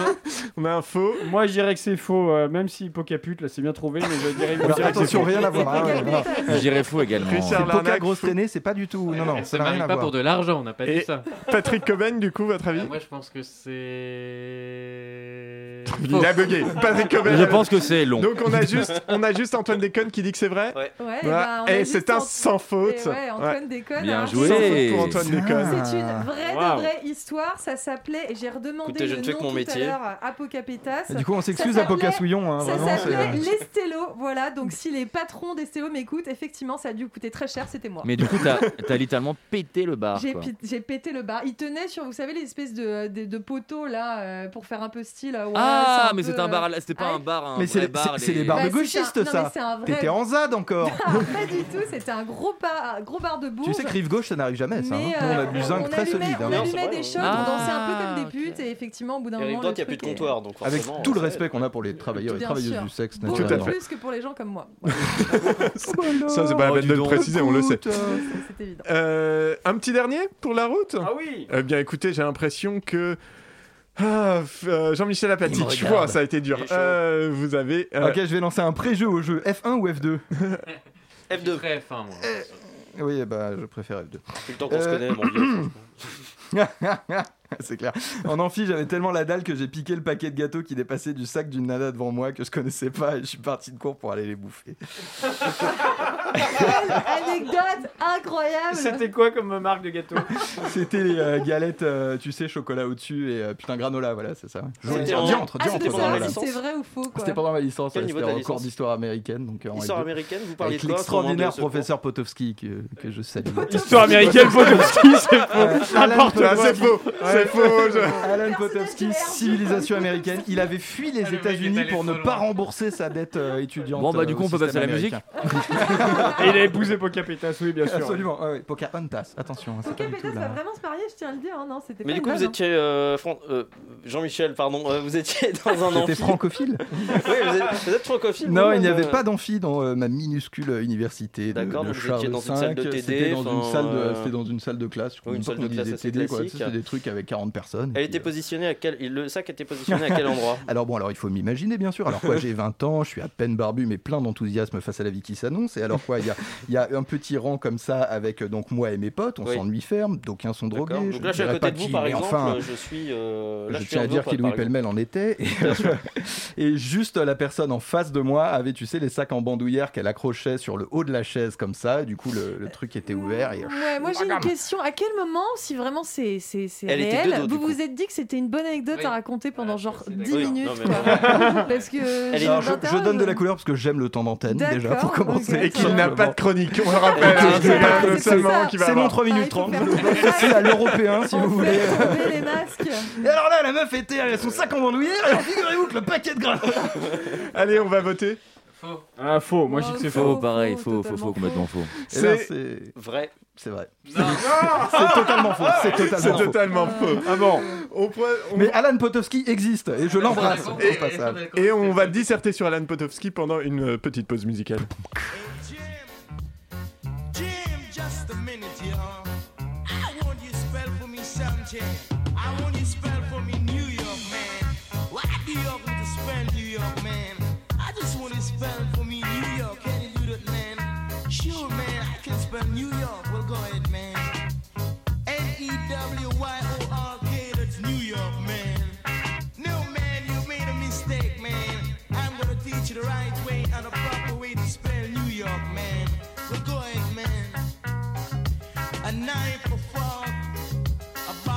On a un faux.
Moi, je dirais que c'est faux, euh, même si Pocapute, là, c'est bien trouvé, mais je dirais, je
Alors,
dirais que c'est
attention,
faux.
rien à voir. hein, voilà.
Je dirais fou également.
C'est
Richard
Poca
Larnac,
grosse traînée, c'est pas du tout. Non, non,
Elle
ça
se
n'a rien
marie
à
Ah, pas
voir.
pour de l'argent, on n'a pas
Et
dit ça. Ah,
Patrick Cobain, du coup, votre avis
Euh, Moi, je pense que c'est.
Il a bugué. Patrick Cobain.
Je pense que c'est long.
Donc on a juste, on a juste Antoine Déconne qui dit que c'est vrai.
Ouais,
Voilà.
bah, on a
et
juste
c'est un
Antoine-
sans faute.
Eh ouais, Antoine déconne.
Bien
hein.
Sans faute pour Antoine
Ah.
Déconne.
C'est une vraie
Waouh.
de vraie histoire, ça s'appelait, et j'ai redemandé
Écoutez, je
le
ne fais
nom
que mon
tout
métier.
à l'heure, euh, Apocapétas.
Et du coup, on
Ça
s'excuse à
s'appelait-
Pocasouillon. Hein,
Ça
vraiment,
s'appelait
c'est-
l'Estello, voilà, donc si les patrons d'Estello m'écoutent, effectivement ça a dû coûter très cher, c'était moi.
Mais du coup, t'as t'as littéralement pété le bar.
J'ai
quoi.
pi- j'ai pété le bar. Il tenait sur, vous savez, les espèces de, de, de poteaux là euh, pour faire un peu style. euh, ouais,
Ah,
un
mais
peu,
c'était un bar, à
euh,
la- c'était pas un bar, un
Mais c'est
vrai
les-
bar.
c'est- c'est les bars
Bah,
de
c'est un-
gauchistes,
non, mais
ça.
c'est un vrai- Ah,
T'étais en ZAD encore.
Pas du tout, c'était un gros, bar, un gros bar de bourg.
Tu sais que rive gauche, ça n'arrive jamais, ça.
Mais,
hein. Nous, on a
euh,
du zinc très
allumait-
solide. hein.
On allumait des shots,
Ah,
on dansait un peu comme des putes, et effectivement, au bout d'un
Et
moment.
donc,
le
il n'y a plus de
truc est-
comptoir, donc
Avec
forcément. euh,
tout le respect qu'on a pour les travailleurs et
Bien
travailleuses
sûr.
du sexe,
Beaucoup
naturellement.
plus que pour les gens comme moi.
Ça, c'est pas la
Oh,
peine
dis
de le
donc.
préciser, on le sait.
Écoute, euh,
C'est évident.
Euh, un petit dernier pour la route
Ah oui
Eh bien, écoutez, j'ai l'impression que. Ah, f- euh, Jean-Michel Apathy,
Il me
tu
regarde.
vois, ça a été dur.
Il est chaud.
Euh, vous avez. euh,
Ok, je vais lancer un pré-jeu au jeu F1 ou F2
F2. F1, moi.
Euh,
Oui, bah, je préfère F2.
Depuis le temps qu'on se
Euh,
connaît, mon vieux.
C'est clair. En amphi, j'avais tellement la dalle que j'ai piqué le paquet de gâteaux qui dépassait du sac d'une nana devant moi que je connaissais pas et je suis parti de cours pour aller les bouffer.
Quelle anecdote incroyable
C'était quoi comme marque de gâteau
C'était les euh, galettes, euh, tu sais, chocolat au-dessus et euh, putain granola, voilà, c'est ça.
C'était
Diantre,
en-
diantre,
Ah,
diantre,
c'était
voilà.
ça, si c'est vrai ou faux quoi.
C'était pendant ma licence,
Quel
ouais,
niveau
c'était
de la
en cours
licence
d'histoire américaine. Donc, euh, en
Histoire
F2.
américaine, vous parliez
Avec
de quoi à ce moment de
l'extraordinaire
ce cours
professeur Potowski que, que je salue. Euh,
Histoire américaine, Potowski, c'est faux.
Alan
N'importe quoi. Ah,
Potowski.
C'est faux,
c'est faux, je-
Alan Potowski, civilisation américaine. Il avait fui
Ah,
les États-Unis pour ne pas rembourser sa dette euh, étudiante.
Bon, bah, du
euh,
coup,
au
on peut passer à la
système
musique.
américain.
Et il a épousé Pocapétas, oui, bien sûr.
Absolument, ouais, ouais. Pocahontas, attention, hein, c'est pas du
Pocahontas
tout
va
là.
vraiment se marier, je tiens à le dire. hein, Non, c'était pas
Mais du
une
coup, vous
vanne,
étiez. euh, Fran- euh, Jean-Michel, pardon, euh, vous étiez dans un
J'étais
amphi.
francophile
Oui, vous êtes, vous êtes francophile
Non,
vous,
il n'y
euh,
avait pas d'amphi dans euh, ma minuscule euh, université de,
D'accord,
de
donc vous
Charles
étiez dans une
V.
salle de TD,
C'était dans, une
enfin,
salle de-
euh,
c'était dans une salle de classe. je
oui, une
comprends pas
salle de
qu'on
classe
disait
assez
TD, quoi, tu sais,
classique.
C'était des trucs avec 40 personnes.
Elle était positionnée à quel. Le sac était positionné à quel endroit
Alors bon, alors il faut m'imaginer bien sûr. Alors quoi, j'ai 20 ans, je suis à peine barbu mais plein d'enthousiasme face à la vie qui s'annonce. Et alors quoi, il y a, il y a un petit rang comme ça avec euh, donc moi et mes potes, on
Oui.
s'ennuie ferme, d'aucun sont drogués.
D'accord.
je
Donc là, je suis
dirais
à
pas
côté de vous,
qui,
par
mais
exemple.
enfin,
je suis. euh, là,
je
suis
tiens
en
à dire
Europe,
qu'il
par
Louis
exemple.
Pellemel en était. Et, euh, et juste la personne en face de moi avait, tu sais, les sacs en bandoulière qu'elle accrochait sur le haut de la chaise comme ça. Et du coup, le, le truc était ouvert. Et... euh,
hein. Ouais, moi j'ai une
Bagam.
question. À quel moment, si vraiment c'est c'est- c'est
Elle était
réel,
dedans, du
vous
coup.
vous êtes dit que c'était une bonne anecdote à raconter pendant genre 10
Oui, non,
minutes
mais
quoi.
vraiment.
Parce que
Alors,
je
je, je donne de la couleur parce que j'aime le temps d'antenne déjà pour
D'accord,
commencer.
Et qu'il n'a pas de chronique, on le rappelle.
Et
hein,
qu'il
c'est
n'a pas
quand même
de
le seul
chronique, c'est
moment
ça.
qui va
C'est
avoir.
mon 3 minutes 30. C'est à l'européen si vous voulez.
les masques.
Et alors là, la meuf était à son sac en bandoulière. et Figurez-vous que le paquet de grains.
Allez, on va voter.
Faux.
Ah, faux, moi je dis que c'est
Faux,
faux.
pareil, faux, faux, faux, complètement faux.
Et là,
C'est-
C'est
Vrai.
c'est vrai.
C'est
totalement faux, c'est totalement faux.
totalement faux.
Ah bon
On peut- Euh, on-
Mais Alan Potowski existe et je l'embrasse au passage.
Et on va disserter sur Alan Potowski pendant une euh, petite pause musicale.
Jim, just a minute, you know. I want you to spell for me something. I want you to spell for me New York, man. Why do you have to spell New York, man? I just want you to spell for me New York. Can you do that, man? Sure, man, I can spell New York. Well, go ahead, man. E N-E-W-Y-O-R-K, that's New York, man. No, man, you made a mistake, man. I'm gonna teach you the right way and the proper way to spell New York, man. Well, go ahead, man. A knife, a fork, a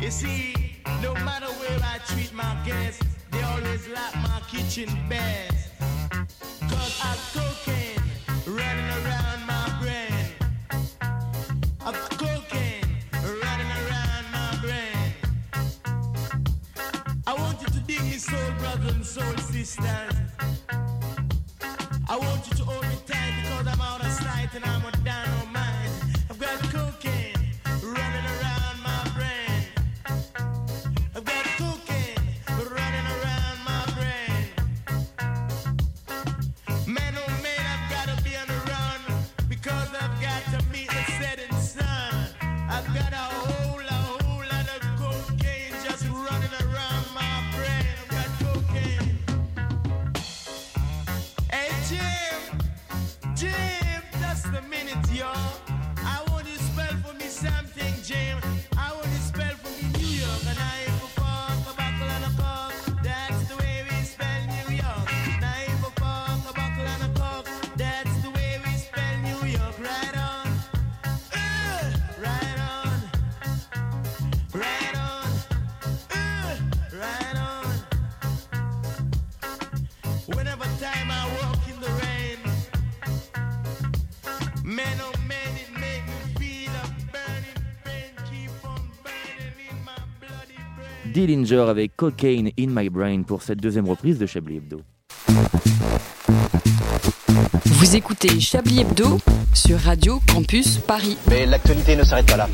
You see, no matter where I treat my guests, they always like my kitchen best. Cause I cocaine running around my brain. I cocaine running around my brain. I want you to dig me soul, brothers and soul sisters. I want you to hold me tight because I'm out of sight and I'm a dynamite. I've got cocaine running around my brain. I've got cocaine running around my brain. Man, oh man, I've got to be on the run because I've got to meet the setting sun. I've got a whole, a whole lot of cocaine just running around my brain. I've got cocaine. Hey Jim, Jim, just a minute, y'all. I want you to spell for me something, Jim. I want you to spell for me New York, and I for fuck, a buckle and a cock. That's the way we spell New York. And I for fuck, a buckle and a cock. That's the way we spell New York. Right on, uh, right on, right on, uh, right on. Whenever time I walk in the rain, man oh man, it make me feel a burning pain. Keep on burning in my bloody brain.
Dillinger avec Cocaine in My Brain pour cette deuxième reprise de Chablis Hebdo.
Vous écoutez Chablis Hebdo sur Radio Campus Paris.
Mais l'actualité ne s'arrête pas là.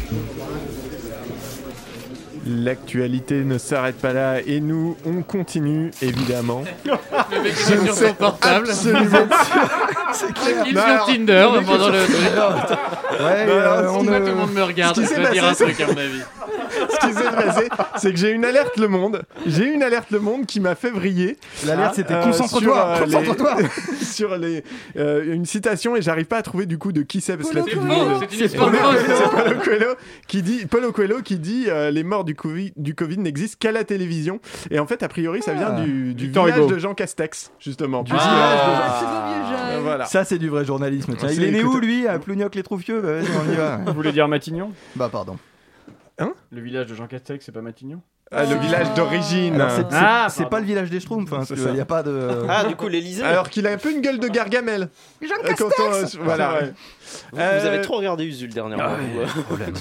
L'actualité ne s'arrête pas là et nous, on continue évidemment.
Le mec
Je
est
ne
sur son
sais
portable.
absolument
C'est clair. Il est
Non,
sur
alors,
Tinder
le mec est
pendant
sur
le.
Tinder.
Ouais,
Non,
euh,
alors,
on,
ce qui-
euh,
Tout le monde me regarde.
ce qui
Je
s'est
vais dire un
passé,
truc à mon avis.
ce qui s'est passé, c'est que j'ai une alerte Le Monde. J'ai une alerte Le Monde qui m'a fait vriller.
L'alerte, c'était concentre-toi,
sur, Ah, euh, les-
concentre-toi.
sur les, euh, une citation et j'arrive pas à trouver du coup de qui c'est parce que
Paulo
la-
Coelho. C'est une
C'est
histoire
Paulo
vraie.
c'est Paulo Coelho qui dit Paulo Coelho qui dit euh, les morts du Covid, du Covid n'existent qu'à la télévision et en fait a priori ça vient
Ah.
du, du
Victor
village
Hugo.
de Jean Castex justement. Du
Ah.
village de Jean. Euh, Voilà. Ah,
Ça, c'est du vrai journalisme. tiens.
C'est-
il est né où,
écoute-
lui À Plougnoc les Troufieux Bah, vas-y, on y va.
Vous voulez dire Matignon
Bah, pardon.
Le village de Jean Castex, c'est pas Matignon
Ah, le village d'origine.
Alors, c'est- c'est-
Ah,
c'est pas le village des Schtroumpfs, hein,
C'est
parce
ça.
qu'il n'y a pas de.
Ah, du coup, l'Elysée.
Euh, Alors qu'il a un peu une gueule de gargamel.
Jean
Euh, quand on- voilà.
C'est vrai. Vous, vous
Euh,
avez trop regardé Usul dernièrement.
Ah
vous,
ouais,
euh.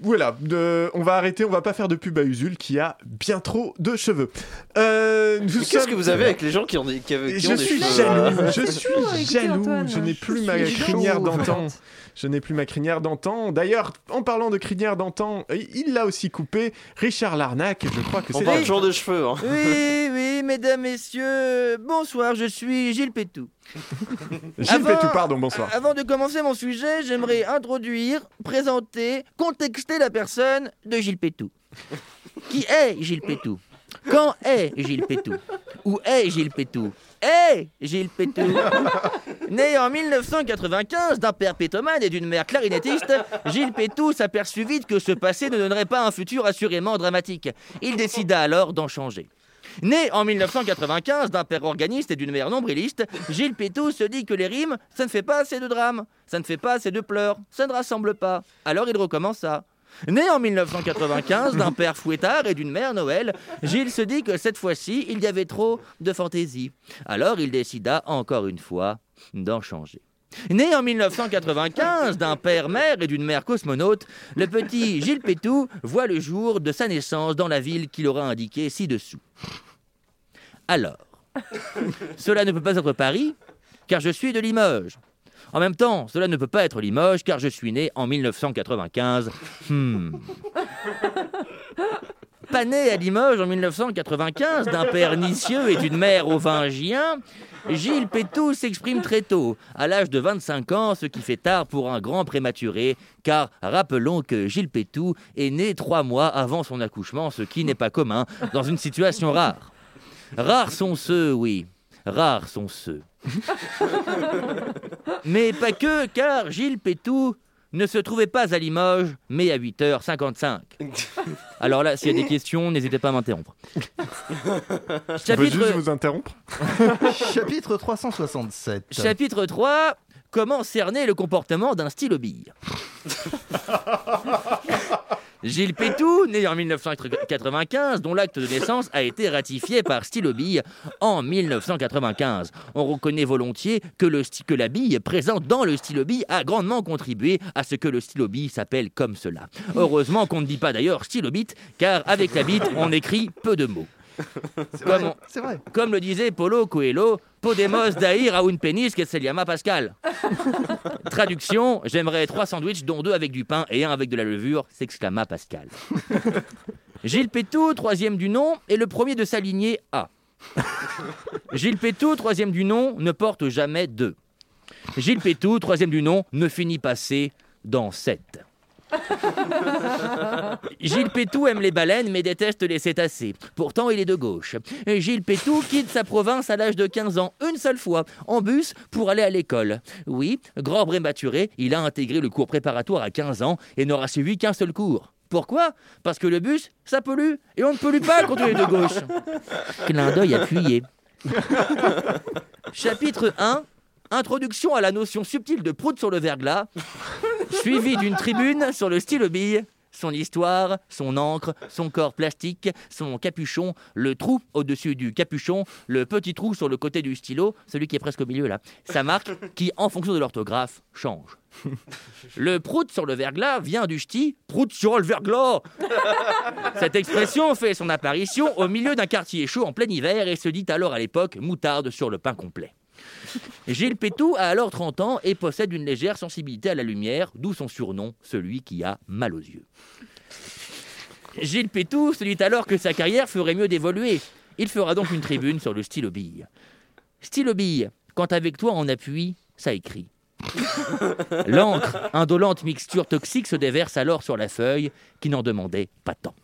Voilà, de- on va arrêter, on va pas faire de pub à Usul qui a bien trop de cheveux. Euh, nous
Mais Qu'est-ce
sommes-
que vous avez avec les gens qui ont des, qui avaient- qui
Je
ont des
suis
cheveux,
jaloux,
euh,
je suis
écoutez,
jaloux,
Antoine,
je n'ai
je
plus
suis
ma
jaloux.
crinière d'antan. Je n'ai plus ma crinière d'antan. D'ailleurs, en parlant de crinière d'antan, il l'a aussi coupé, Richard Larnac, je crois que
On
c'est
parle toujours de cheveux. hein.
Oui, oui, mesdames, messieurs, bonsoir, je suis Gilles Pétou.
Gilles
Avant-
Pétou, pardon, bonsoir.
Avant de commencer mon sujet, j'aimerais introduire, présenter, contexter la personne de Gilles Pétou. Qui est Gilles Pétou Quand est Gilles Pétou Où est Gilles Pétou Est Gilles Pétou Né en 1995 d'un père pétomane et d'une mère clarinettiste, Gilles Pétou s'aperçut vite que ce passé ne donnerait pas un futur assurément dramatique. Il décida alors d'en changer. Né en 1995 d'un père organiste et d'une mère nombriliste, Gilles Pétou se dit que les rimes, ça ne fait pas assez de drames, ça ne fait pas assez de pleurs, ça ne rassemble pas. Alors il recommence à... Né en 1995 d'un père fouettard et d'une mère Noël, Gilles se dit que cette fois-ci, il y avait trop de fantaisie. Alors il décida encore une fois d'en changer. Né en 1995 d'un père-mère et d'une mère cosmonaute, le petit Gilles Pétou voit le jour de sa naissance dans la ville qu'il aura indiquée ci-dessous. Alors, cela ne peut pas être Paris, car je suis de Limoges. En même temps, cela ne peut pas être Limoges, car je suis né en 1995. Hmm. Pas né à Limoges en 1995 d'un père nicieux et d'une mère ovingien, Gilles Pétou s'exprime très tôt, à l'âge de 25 ans, ce qui fait tard pour un grand prématuré, car rappelons que Gilles Pétou est né trois mois avant son accouchement, ce qui n'est pas commun dans une situation rare. Rares sont ceux, oui, rares sont ceux. Mais pas que, car Gilles Pétou ne se trouvait pas à Limoges, mais à 8h55. Alors là, s'il y a des questions, n'hésitez pas à m'interrompre.
Je peux
Chapitre-
juste vous interrompre
Chapitre 367.
Chapitre 3 Comment cerner le comportement d'un stylobille Gilles Pétou, né en 1995, dont l'acte de naissance a été ratifié par Stylobille en 1995. On reconnaît volontiers que, le, sti- que la bille présente dans le Stylobille a grandement contribué à ce que le Stylobille s'appelle comme cela. Heureusement qu'on ne dit pas d'ailleurs Stylobite, car avec la bite, on écrit peu de mots.
vrai,
Comme on-
c'est vrai.
Comme le disait Polo Coelho, Podemos dair a un penis que se llama Pascal. Traduction, j'aimerais trois sandwichs dont deux avec du pain et un avec de la levure, s'exclama Pascal. Gilles Pétou, troisième du nom, est le premier de sa lignée A. Gilles Pétou, troisième du nom, ne porte jamais deux. Gilles Pétou, troisième du nom, ne finit pas C dans sept. Gilles Pétou aime les baleines mais déteste les cétacés. Pourtant, il est de gauche. Gilles Pétou quitte sa province à l'âge de 15 ans, une seule fois, en bus pour aller à l'école. Oui, grand prématuré, il a intégré le cours préparatoire à 15 ans et n'aura suivi qu'un seul cours. Pourquoi Parce que le bus, ça pollue et on ne pollue pas quand on est de gauche. Clin d'œil appuyé. Chapitre 1 Introduction à la notion subtile de prout sur le verglas, suivi d'une tribune sur le style bille, son histoire, son encre, son corps plastique, son capuchon, le trou au-dessus du capuchon, le petit trou sur le côté du stylo, celui qui est presque au milieu là, sa marque qui, en fonction de l'orthographe, change. Le prout sur le verglas vient du ch'ti prout sur le verglas. Cette expression fait son apparition au milieu d'un quartier chaud en plein hiver et se dit alors à l'époque moutarde sur le pain complet. Gilles Pétou a alors 30 ans et possède une légère sensibilité à la lumière, d'où son surnom, celui qui a mal aux yeux. Gilles Pétou se dit alors que sa carrière ferait mieux d'évoluer. Il fera donc une tribune sur le stylo bille. Stylo bille, quand avec toi on appuie, ça écrit. L'encre, indolente mixture toxique, se déverse alors sur la feuille qui n'en demandait pas tant.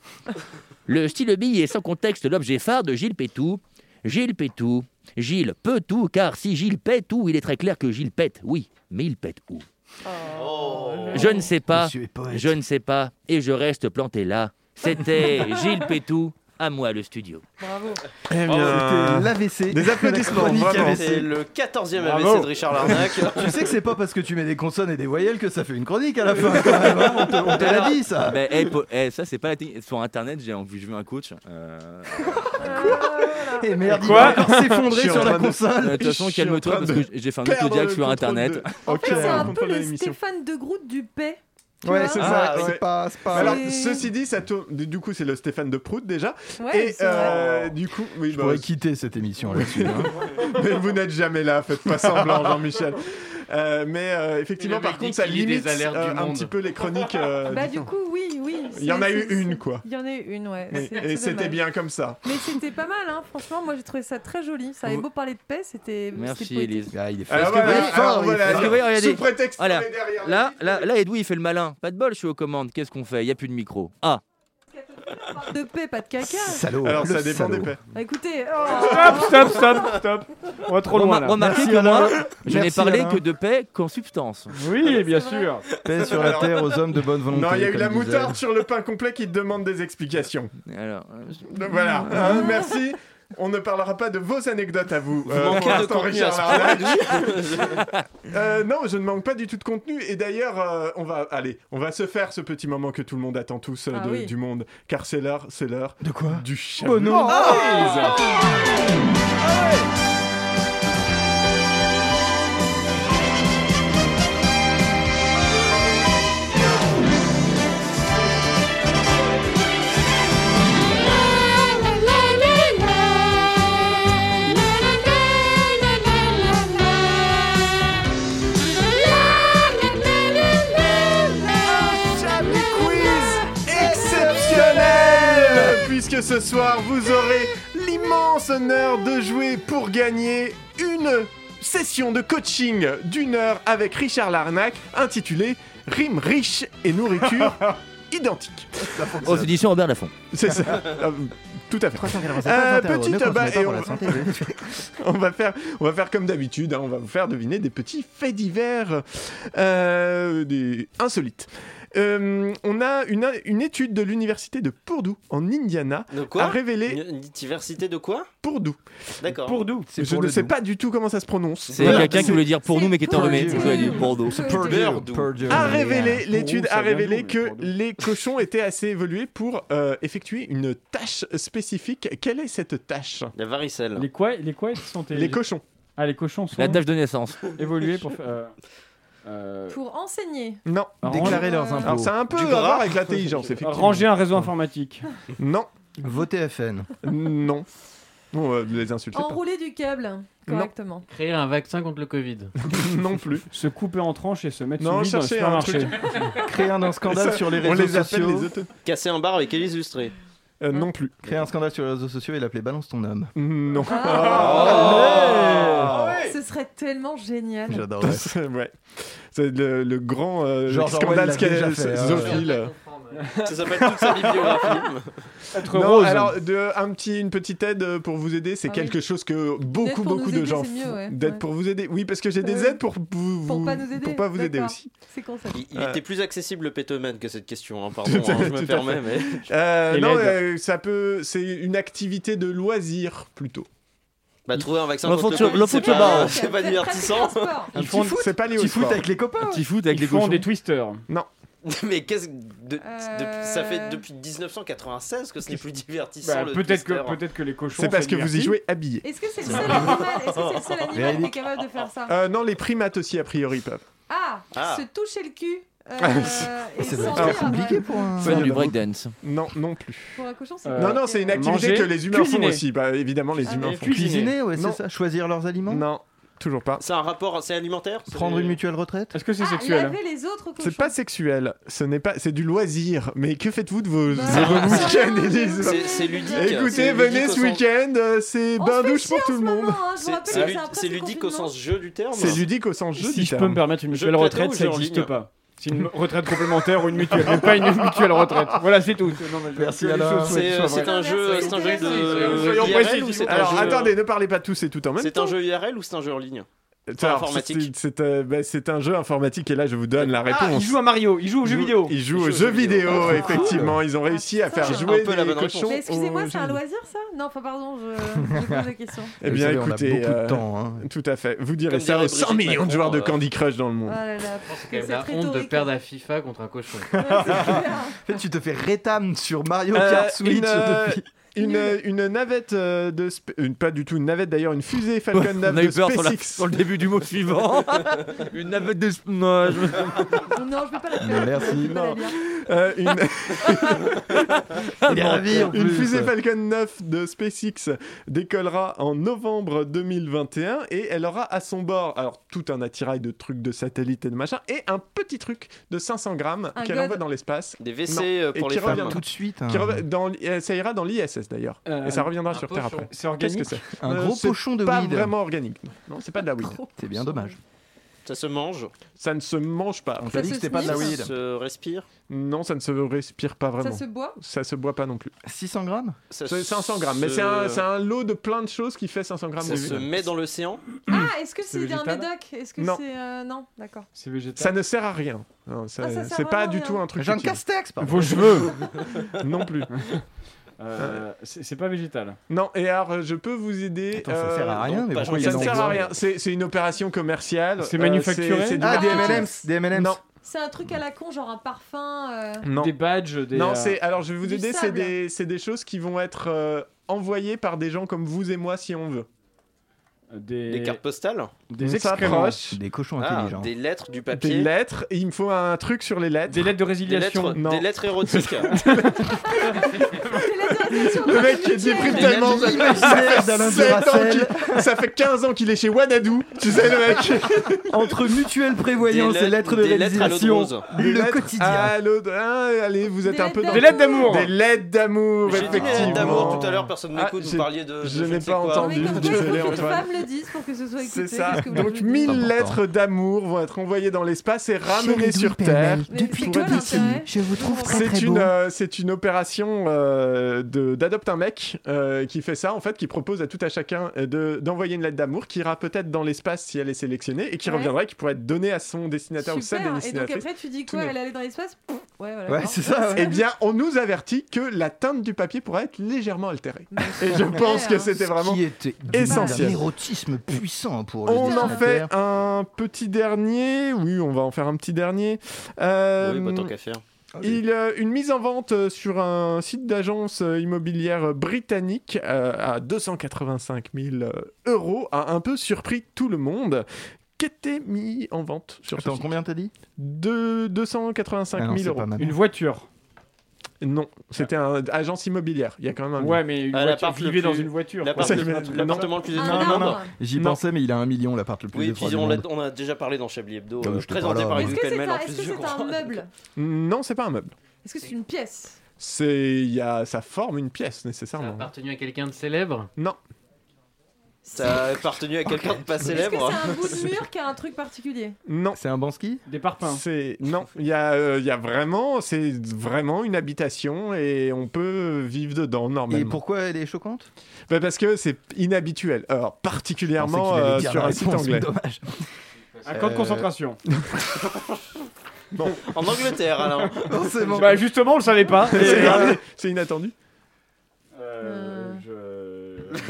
Le stylo bille est sans contexte l'objet phare de Gilles Pétou. Gilles Pétou. Gilles peut tout, car si Gilles pète tout, il est très clair que Gilles pète, oui, mais il pète où Euh, Je ne sais pas, je ne sais pas, et je reste planté là. C'était Gilles Pétou, à moi le studio.
Bravo.
Eh bien,
euh,
c'était l'AVC.
Des applaudissements, vraiment.
C'est le 14e
Bravo.
AVC de Richard Larnac.
tu sais que c'est pas parce que tu mets des consonnes et des voyelles que ça fait une chronique à la fin. quand même, hein. on te, on te l'a dit ça.
Mais, hey, Ben, eh, po- hey, ça, c'est pas la technique. Sur internet, j'ai envie de jouer un coach. euh,
Et merde,
Quoi
il va encore s'effondrer sur Euh, la console.
De toute façon, calme-toi parce que j'ai fait un
perdre
autodiac
le
sur internet.
En fait, c'est un peu le Stéphane de Groot du paix. tu
Ouais,
vois.
c'est
Ah,
ça.
c'est
ouais.
pas- c'est pas-
Mais Alors,
C'est-
ceci dit, ça tourne- du du coup, c'est le Stéphane de Prout déjà.
Ouais,
et
c'est vrai.
euh, du coup, oui,
Je
bah,
pourrais quitter cette émission là-dessus. hein.
mais vous n'êtes jamais là, faites pas semblant, Jean-Michel. Euh, mais euh, effectivement,
Et le mec
par contre,
dit
ça
qu'il lit des
limite
alertes
euh,
du
un
monde.
petit peu les chroniques. euh,
Bah du coup oui oui.
Il y en
c'est-
a eu
c'est-
une, quoi.
Il y en a eu une ouais.
Oui,
c'est-
Et
c'est
c'était
dommage.
bien comme ça.
Mais c'était pas mal hein. Franchement moi j'ai trouvé ça très joli. Ça avait beau parler de paix c'était. c'était poétique.
Ah, il est
Alors
Parce que
voilà,
vous voyez-
alors
parce
voilà,
que vous voyez,
sous
regardez.
prétexte qu'on
Voilà.
est derrière
Là, là, là, Edoui, il fait le malin. Pas de bol, je suis aux commandes. Qu'est-ce qu'on fait Il n'y a plus de micro. Ah
De paix pas de caca.
Salaud
Alors,
le
ça dépend des
salaud.
paix.
Bah, écoutez.
Stop, stop, stop, stop. On va trop
Remar-
loin là.
Remarquez que moi, je n'ai parlé que de paix qu'en substance.
Oui, bien sûr.
Paix sur la
Alors-
terre aux hommes de bonne volonté.
Non, il y a eu
comme
la
disait.
moutarde sur le pain complet qui demande des explications.
Alors, euh,
Donc voilà, hein, merci. On ne parlera pas de vos anecdotes à vous.
Vous
euh,
manquez
pour l'instant,
de contenu
Richard
à ce
Larnac. Euh, non, je ne manque pas du tout de contenu. Et d'ailleurs, euh, on va allez, on va se faire ce petit moment que tout le monde attend tous euh,
Ah
de-
oui.
du monde, car c'est l'heure, c'est l'heure. De quoi Du
Oh non.
Ah,
Chablis Quiz. exceptionnel Puisque ce soir, vous aurez l'immense honneur de jouer pour gagner une session de coaching d'une heure avec Richard Larnac intitulée Rime riche et nourriture identique.
aux éditions Robert Laffont.
C'est ça. Euh, Tout à fait. Euh,
387 euros, ne
petit tabac
consommez pas
et
pour
on,
la santé.
on va faire, on va faire comme d'habitude. hein, on va vous faire deviner des petits faits divers euh, des- insolites. Euh, on a une, une étude de l'université de Purdue en Indiana
De quoi
a révélé
Une, une diversité de quoi
Purdue.
D'accord.
Purdue.
C'est
Je
pour
ne
le
sais
doux.
pas du tout comment ça se prononce.
C'est
Voilà.
quelqu'un qui
C'est-
voulait dire
pour nous, mais qui était enrhumé.
Purdue.
Il a dit Bordeaux. C'est Purdue. Purdue.
A révélé,
Purdue.
l'étude
Ça
a
vient d'où,
révélé que les cochons étaient assez évolués pour euh, effectuer une tâche spécifique. Quelle est cette tâche
La varicelle.
Les quoi, les quoi sont
Les cochons.
Ah, les cochons sont.
La tâche de naissance.
Évoluer pour. faire- euh, euh,
Pour enseigner.
Non,
Alors,
déclarer
range-
leurs impôts. Alors, ça a un peu
Du
à
gras.
voir avec l'intelligence, effectivement.
Ranger un réseau informatique.
Non.
Voter FN.
Non. Bon, euh, les insultez pas.
Enrouler du câble correctement.
Créer un vaccin contre le Covid.
non plus.
Se couper en tranches et se mettre
Non,
sous vide
cherchez
dans
un
le
truc.
supermarché.
Créer un, scandale
Ça,
sur les
on
réseaux
les appelle
sociaux.
les auto-
Casser un bar avec Élise Lustré.
Euh,
Hein
non plus.
Créer un scandale sur les réseaux sociaux et l'appeler Balance ton homme.
Non.
Ah.
Ah.
Ah Ce serait tellement génial.
J'adore.
C'est ouais. C'est le, le grand euh,
George Orwell
scandale
l'a déjà fait, hein.
zoophile.
Ça s'appelle toute sa bibliographie.
Être
Non,
rose.
alors de, un petit, une petite aide euh, pour vous aider, c'est
Ah oui.
quelque chose que beaucoup,
pour nous
beaucoup de
aider,
gens
c'est mieux,
font.
ouais.
D'être
Ouais.
pour vous aider. Oui, parce que j'ai des
Ouais.
aides pour vous,
Pour pas
vous-
nous aider.
pour pas vous aider
D'accord.
aussi.
C'est con ça.
Il, il
Ouais.
était plus accessible le pétomane que cette question, hein, pardon,
Euh. Tout à
hein,
fait,
je me
tout à
permets, mais...
fait. Euh,
Et
non,
l'aide.
euh, ça peut, c'est une activité de loisir plutôt.
Bah, trouver un vaccin
Le
contre
foot-
le Covid,
le
c'est
foot au
pas,
bar.
c'est pas divertissant.
Ils font, c'est pas lié au
petit foot
sport.
avec les copains.
Petit foot
Ils font des twisters.
Non.
mais qu'est-ce que- de- de- ça fait depuis 1996 que ce n'est plus divertissant
Bah,
le
peut-être que,
twister.
peut que les cochons.
C'est parce que vous y
diverti.
jouez habillé.
Est-ce que c'est le seul animal Est-ce que c'est le seul
Ah,
animal qui est capable de faire ça
Ah.
Euh, non, les primates aussi a priori peuvent.
Ah,
Ah.
se toucher le cul. euh, et
Ça doit être
sentir,
très Ah, compliqué
euh,
pour un-
Faire
Ouais, il y
du
en a beaucoup.
breakdance.
Non, non plus.
Pour un cochon, c'est
Euh, non, non, c'est une activité
manger,
que les humains
cuisiner.
font aussi. Bah, évidemment, les
Ah,
humains
mais
font.
cuisiner. Cuisiner, ouais, c'est
Non.
ça. Choisir leurs aliments
Non, toujours pas.
C'est un rapport assez alimentaire c'est-
Prendre une mutuelle retraite
Est-ce que
Ah, laver les autres cochons.
C'est pas sexuel, ce n'est pas, c'est du loisir. Mais que faites-vous de vos,
Bah,
de vos
rien,
week-ends,
rien,
Élise
C'est- c'est ludique.
Écoutez,
C'est
venez
ludique au
ce
sens-
week-end, euh, c'est
On
bain
se fait
douche pour
chier en
tout le
ce
monde.
moment, hein, je vous rappelle, c'est un
c'est
C'est ludique au sens jeu du terme.
C'est ludique au sens jeu.
Si
du
je peux
terme.
me permettre une
Jeu
mutuelle
de
retraite,
plateau ou
ça
jeu en
n'existe
ligne
pas. C'est une retraite complémentaire ou une mutuelle, mais pas une mutuelle retraite. Voilà, c'est tout. Non, mais je- que les choses soient-
C'est euh,
soient
c'est
vraies.
un jeu, c'est un jeu de.
Soyons
IRL
précis.
ou c'est un
Alors
jeu- euh,
attendez, ne parlez pas tous et tout en même
C'est
temps.
un jeu IRL ou c'est un jeu en ligne Enfin,
Alors,
informatique.
c'est- C'est euh, bah, c'est un jeu informatique et là je vous donne la réponse.
Ah, il joue à Mario, il joue aux jeux vidéo.
Ils jouent aux jeux vidéo,
Ah,
effectivement. Ils ont réussi à faire jouer des cochons.
Mais
aux
excusez-moi, c'est
jeux
un
vidéo.
loisir ça Non, enfin pardon, je, je pose la question.
Eh
Vous
bien,
savez, on a
écoutez,
beaucoup de
euh,
temps, hein.
tout à fait. Vous direz
Comme
ça
dirait
aux 100
Brigitte
millions de
Macron,
joueurs de
euh,
Candy Crush dans le monde.
Ah là là,
C'est quand même
cette
la honte de
rhétorique.
perdre à FIFA contre un cochon.
En fait, tu te fais rétam sur Mario
Euh,
Kart Switch
une, euh,
depuis.
Une, euh, une navette euh, de. sp- une- pas du tout une navette d'ailleurs, une fusée Falcon 9
On a
de
eu peur sur, la-
SpaceX.
sur le début du mot suivant. Une navette de. Non, je-
Non, je vais pas la faire.
Merci.
Non.
Euh, une...
Il est ravi, en
Une
plus.
fusée Falcon 9 de SpaceX décollera en novembre 2021 et elle aura à son bord alors tout un attirail de trucs de satellites et de machin et un petit truc de 500 grammes
Un
qu'elle
god.
envoie dans l'espace.
Des WC,
Non.
euh,
Et
pour
qui
les femmes.
reviendra.
Tout de suite, hein.
Qui rev- dans l- euh, ça ira dans l'ISS d'ailleurs
Euh,
et ça reviendra
un
sur Terre
pochon.
après.
C'est organique
Qu'est-ce que c'est Euh,
Un gros
c'est
pochon de
pas
weed.
vraiment organique. Non, c'est pas de la weed.
C'est bien dommage.
Ça se mange
Ça ne se mange pas. On
t'a dit que c'était pas de la weed.
Ça se respire
Non, ça ne se respire pas vraiment.
se boit
Ça se boit pas non plus.
600 grammes
Ça
C'est
se-
500 grammes, mais c'est un, c'est un lot de plein de choses qui fait 500 grammes
Ça
de
se
weed.
met dans l'océan
Ah, est-ce que
C'est
c'est un
végétal
médoc Est-ce que
Non.
c'est. euh, non, d'accord.
C'est végétal.
Ça ne sert à rien. Non, ça-
Ah, ça sert
c'est pas
vraiment à
du
rien.
tout un truc.
Jean
utile.
Castex, pardon.
Vos cheveux.
non plus.
Euh, c'est c'est pas végétal.
Non, et alors euh, je peux vous aider.
Attends, ça sert à rien,
non,
mais
pas
pourquoi
Jean-
il y
Ça ne
en a
sert
besoin
à rien. C'est c'est une opération commerciale. Euh,
C'est manufacturé
c'est- c'est du
Ah, des
marketing.
M&M's, des M&M's.
Non,
C'est un truc à la con, genre un parfum. euh,
non.
Des badges, des.
Non,
euh,
c'est. Alors je vais vous
du
aider, c'est
sable.
des, c'est des choses qui vont être euh, envoyées par des gens comme vous et moi si on veut.
Des...
Des cartes postales
Des s'approche.
Des cochons
Ah,
intelligents.
Des lettres, du papier
Des lettres, et il me faut un truc sur les lettres. Des lettres de
Des lettres,
Non.
des lettres érotiques.
Le mec qui est déprimé
Des
tellement.
lettres
Ça
imaginaires d'Alain
fait, 7 ans
Duracell.
qu'il- ça fait 15 ans qu'il est chez Wanadoo, tu sais le mec.
Entre mutuelle prévoyance
Des
et
lettres-
lettres de
des lettres à l'eau de
réalisation,
rose. Des
le
lettres
quotidien.
à l'eau de- Ah, allez, vous êtes
Des
un peu
lettres
dans-
Des lettres d'amour.
Des lettres d'amour,
J'ai dit
effectivement.
d'amour tout à l'heure, personne
Ah,
m'écoute, vous
j'ai-
parliez de. de
Je n'ai
ne sais
pas
quoi.
entendu.
Mais comme quoi, il faut
Désolé,
qu'une
Antoine.
femme le le disent pour que ce soit écouté.
C'est ça.
Qu'est-ce que vous voulez que
Donc
je vous dise
1000 lettres d'amour vont être envoyées dans l'espace et ramenées sur Terre.
Depuis
pour
tout
être
petit, je vous trouve très
C'est
très
une,
beau.
euh, c'est une opération euh, de- d'adopte un mec euh, qui fait ça, en fait, qui propose à tout à chacun euh, de- d'envoyer une lettre d'amour qui ira peut-être dans l'espace si elle est sélectionnée et qui
Ouais.
reviendra et qui pourrait être donnée à son destinataire ou sa
Super. Et donc
destinatrice.
après, euh, tu dis
Tout
quoi
neuf.
Elle allait dans l'espace Pff, Ouais, voilà.
Ouais, c'est ça. Eh bien, on nous avertit que la teinte du papier pourrait être légèrement altérée. Et je pense
hein.
que c'était vraiment
essentiel.
essentiel.
Un érotisme puissant pour le
On en fait
destinataire.
un petit dernier. Oui, on va en faire un petit dernier. Euh,
Oui, bah, tant qu'à faire.
Il, euh, une mise en vente euh, sur un site d'agence euh, immobilière euh, britannique euh, à 285 000 euh, euros a un peu surpris tout le monde. Qu'était mis en vente sur ce
Attends,
site
combien t'as dit
De 285
Ah
000
non, c'est
euros.
pas mal.
Une voiture.
Non, c'était une agence immobilière. Il y a quand même un. Ah,
Ouais, mais une Ah, voiture, l'appart le vivez plus- dans une voiture, l'appart quoi. le-
Non.
l'appartement le plus énorme
Ah, Non,
du
non,
monde.
non.
J'y
Non.
pensais, mais il a un million, l'appart le plus
Oui,
étroit
puis
du
on, l'a-
monde.
on a déjà parlé dans Chablis Hebdo,
Ah, mais
euh,
j'étais pas
présenté
là.
par
Est-ce
Hugues
que
Pellemel en
Est-ce que
plus, je
c'est un
crois.
meuble
Non, c'est pas un meuble.
Est-ce que c'est une pièce
C'est, il y a, ça forme une pièce nécessairement.
Appartenu à quelqu'un de célèbre
Non.
Ça a appartenu à quelqu'un de pas
Est-ce que
célèbre.
c'est un bout de mur qui a un truc particulier
Non.
C'est un banc ski
Des parpaings.
C'est non. Il y a, euh, il y a vraiment, c'est vraiment une habitation et on peut vivre dedans normalement.
Et pourquoi elle est choquante
Bah, parce que c'est inhabituel. Alors particulièrement
Je pensais qu'il allait
euh,
dire
sur
la
un site
réponse,
anglais.
mais dommage.
Un camp de concentration.
Euh,
Bon.
En Angleterre, alors.
Forcément.
Bah justement, on le savait pas.
C'est
Et- euh,
grave, c'est inattendu.
Est-ce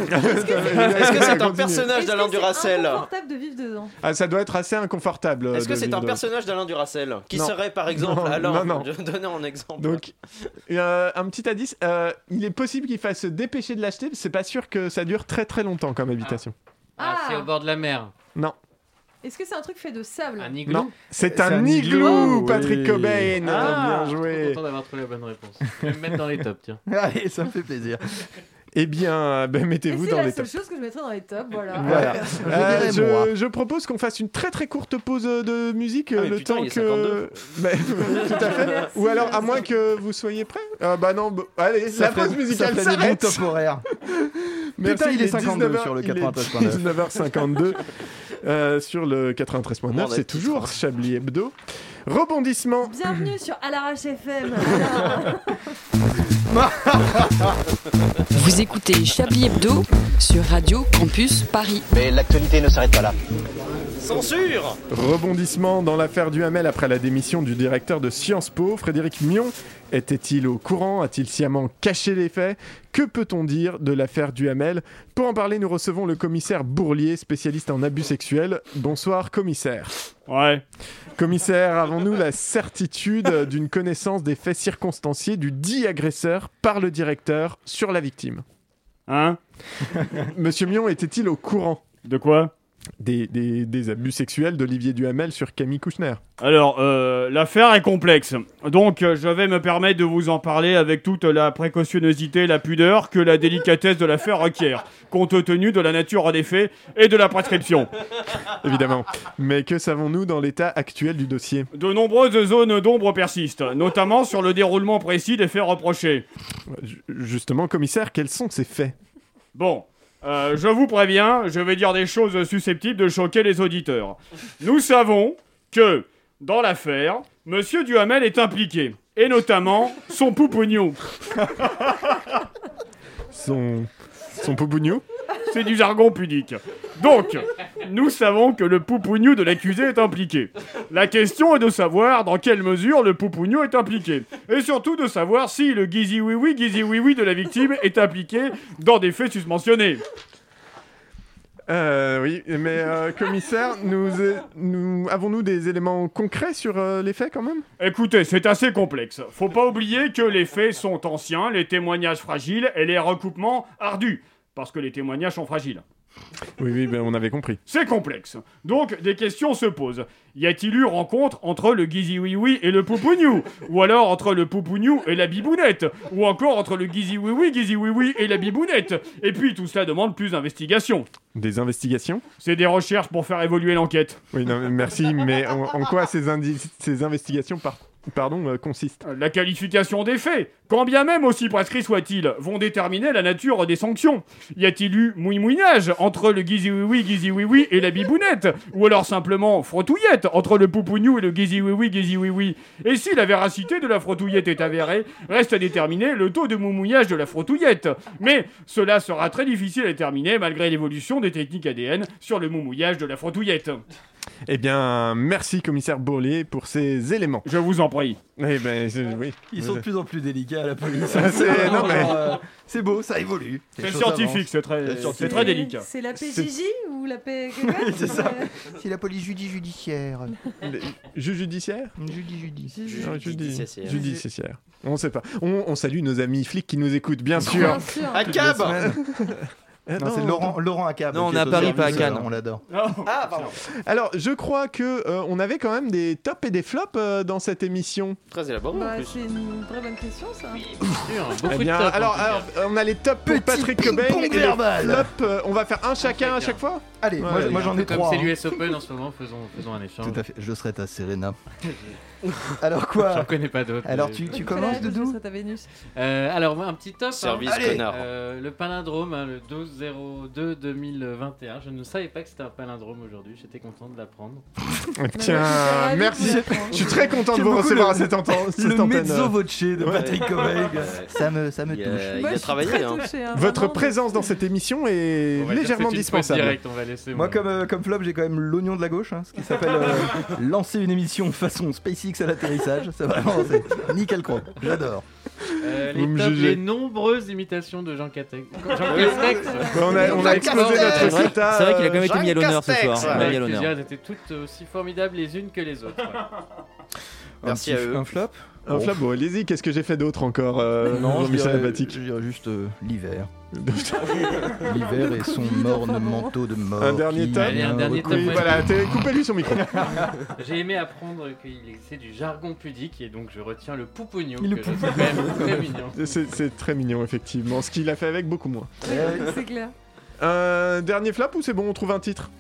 que c'est- est-ce que c'est un personnage d'Alain Duracel
Confortable de vivre dedans.
Ah, ça doit être assez inconfortable. euh,
Est-ce que
de
c'est
vivre
un
dedans.
personnage d'Alain Duracel Qui
Non.
serait par exemple
Non,
Alain
non, non.
Je vais donner un exemple.
Donc, euh, un petit indice, euh, il est possible qu'il fasse se dépêcher de l'acheter, mais c'est pas sûr que ça dure très très longtemps comme habitation.
Ah, c'est au bord de la mer.
Non,
Est-ce que c'est un truc fait de sable Un
igloo
non. C'est un igloo, Patrick Cobain.
Ah,
Bien
Je suis trop
joué.
content d'avoir trouvé la bonne réponse. Je vais me mettre dans les tops, tiens.
Allez, ça me fait plaisir.
Eh bien, ben, mettez-vous
C'est
dans
la
les
seule
tops.
chose que je mettrais dans les tops, voilà.
Voilà.
Je
Euh,
dirais,
je,
hein.
moi.
je propose qu'on fasse une très très courte pause de musique
Ah,
euh,
mais
le
putain,
temps
il est
que.
52.
Mais- tout à fait.
Merci,
Ou alors, à
merci.
moins que vous soyez prêts. Ah, bah non, bah- allez,
Ça
la
ferait-
pause musicale
ça ferait des bons
s'arrête.
tops horaires.
Merci,
Putain, il est
19
52
heures-
sur le
il est
93.9.
19h52 euh, sur
bah,
le 93.9, c'est toujours Chablis Hebdo. Rebondissement.
Bienvenue sur À l'arrache FM.
Vous écoutez Chablis Hebdo sur Radio Campus Paris.
Mais l'actualité ne s'arrête pas là.
Censure
Rebondissement dans l'affaire du Hamel après la démission du directeur de Sciences Po, Frédéric Mion. Était-il au courant A-t-il sciemment caché les faits Que peut-on dire de l'affaire du Hamel Pour en parler, nous recevons le commissaire Bourlier, spécialiste en abus sexuels. Bonsoir, commissaire.
Ouais.
Commissaire, avons-nous la certitude euh, d'une connaissance des faits circonstanciés du dit agresseur par le directeur sur la victime
Hein
Monsieur Mion était-il au courant
De quoi
des, des- des abus sexuels d'Olivier Duhamel sur Camille Kouchner.
Alors, euh, l'affaire est complexe. Donc, euh, je vais me permettre de vous en parler avec toute la précautionnosité et la pudeur que la délicatesse de l'affaire requiert, compte tenu de la nature des faits et de la prescription.
Évidemment. Mais que savons-nous dans l'état actuel du dossier
De nombreuses zones d'ombre persistent, notamment sur le déroulement précis des faits reprochés.
Ju- Justement, commissaire, quels sont ces faits
Bon, euh, je vous préviens, je vais dire des choses susceptibles de choquer les auditeurs. Nous savons que, dans l'affaire, Monsieur Duhamel est impliqué, et notamment son poupougnou.
Son. Son poubougnou
C'est du jargon pudique. Donc, nous savons que le poupougnou de l'accusé est impliqué. La question est de savoir dans quelle mesure le poupougnou est impliqué. Et surtout de savoir si le gizi oui oui gizi oui oui de la victime est impliqué dans des faits susmentionnés.
Euh, oui, mais euh, commissaire, nous, euh, nous avons-nous des éléments concrets sur euh, les faits quand même
Écoutez, c'est assez complexe. Faut pas oublier que les faits sont anciens, les témoignages fragiles et les recoupements ardus. Parce que les témoignages sont fragiles.
Oui, oui, ben, on avait compris.
C'est complexe. Donc, des questions se posent. Y a-t-il eu rencontre entre le gizi-oui-oui et le poupougnou Ou alors entre le poupougnou et la bibounette Ou encore entre le gizi-oui-oui, gizi-oui-oui et la bibounette Et puis, tout cela demande plus d'investigation.
Des investigations
C'est des recherches pour faire évoluer l'enquête.
Oui, non, mais merci, mais en, en quoi ces, indi- ces investigations par- pardon, euh, consiste
La qualification des faits, quand bien même aussi prescrits soient-ils, vont déterminer la nature des sanctions. Y a-t-il eu mouimouinage entre le guizi-oui-oui, guizi-oui-oui et la bibounette Ou alors simplement frottouillette entre le poupougnou et le guizi-oui-oui, guizi-oui-oui Et si la véracité de la frottouillette est avérée, reste à déterminer le taux de moumouillage de la frottouillette. Mais cela sera très difficile à déterminer malgré l'évolution des techniques ADN sur le moumouillage de la frottouillette.
Eh bien, merci commissaire Bourlier pour ces éléments.
Je vous en prie.
Eh ben, je- oui.
Ils sont de plus en plus délicats à la police.
C'est- non,
vraiment,
mais-
euh, c'est beau, ça évolue. Les
C'est
choses
scientifique,
avancent.
c'est très,
C'est
c'est
scientifique.
très délicat.
C'est la
C'est- Bah,
PJJ ou la P...
C'est ça.
C'est la police judiciaire.
Le- Juge judiciaire
Judy, Judy.
Juge
judiciaire.
judiciaire. On sait pas. On, on salue nos amis flics qui nous écoutent, bien sûr.
À
Toutes les
Cab
semaines.
Eh
Non, c'est
non,
Laurent, Laurent Accable.
Non,
qui
on est à
au
Paris, pas à
service,
Cannes.
euh, On l'adore.
Ah, pardon.
Alors, je crois que euh, on avait quand même des tops et des flops euh, dans cette émission.
Très élaboré en plus.
Bah, c'est une très bonne question, ça.
Eh bien, alors, alors, euh, on a les tops pour Patrick Cobain
ping-pong
et les
verbal.
flops. euh, on va faire un chacun à chaque fois.
Allez, moi,
Ouais,
moi, j'en ai
Comme hein.
trois.
c'est
hein.
l'US Open en ce moment, faisons, faisons un échange.
Tout à fait, je serais ta Serena.
Alors quoi
J'en connais pas d'autres.
Alors
mais-
tu, tu
Fais
commences
la
de
douche, ça, ta Vénus.
Euh, alors, un petit top. hein.
Service
Allez.
connard.
Euh, le palindrome, hein, le 12-02-2021. Je ne savais pas que c'était un palindrome aujourd'hui. J'étais content de l'apprendre.
Tiens, merci. Je suis très content de
J'aime
vous
beaucoup
recevoir
le-
à cette entente. cette
Le
antenne,
mezzo
euh,
voce de Patrick Cobain. Ça me, ça me
Il y
touche.
a, il
Moi,
a
je suis
travaillé.
très
Hein.
touchée, hein,
Votre
vraiment.
présence dans cette émission est
On va dire
légèrement
que c'est une pop
dispensable.
Direct, on va laisser.
Moi,
mon-
comme, euh, comme flop, j'ai quand même l'oignon de la gauche, hein, ce qui s'appelle euh, lancer une émission façon SpaceX à l'atterrissage. C'est vraiment c'est nickel chrome. J'adore.
Euh,
Vous
les,
me
tops,
jugez.
les nombreuses imitations de Jean Castex. Jean Castex.
Bah, On a, on a explosé
C'est
notre
vrai-
quota.
C'est vrai qu'il a quand même
euh,
été mis à l'honneur ce soir.
Castex.
Il
Ouais,
a mis à
Ouais, je veux dire,
l'honneur.
Elles étaient toutes aussi formidables les unes que les autres. voilà.
Merci
un,
à
petit-
eux.
un flop
Un flop, bon, allez-y, qu'est-ce que j'ai fait d'autre encore euh,
Non, je
Jean-Michel
dirais,
Abatic
je dirais juste euh, l'hiver. L'hiver et son
Covid,
morne
enfin bon.
manteau de mort.
Un dernier
qui
top
vient
Allez, un dernier
au-
top.
Oui,
ouais.
voilà, t'es- coupez-lui son micro.
J'ai aimé apprendre qu'il c'est du jargon pudique et donc je retiens le pouponio. que je trouve quand même très mignon.
C'est c'est très mignon, effectivement. Ce qu'il a fait avec beaucoup moins.
C'est clair.
Un Euh, dernier flop ou c'est bon, on trouve un titre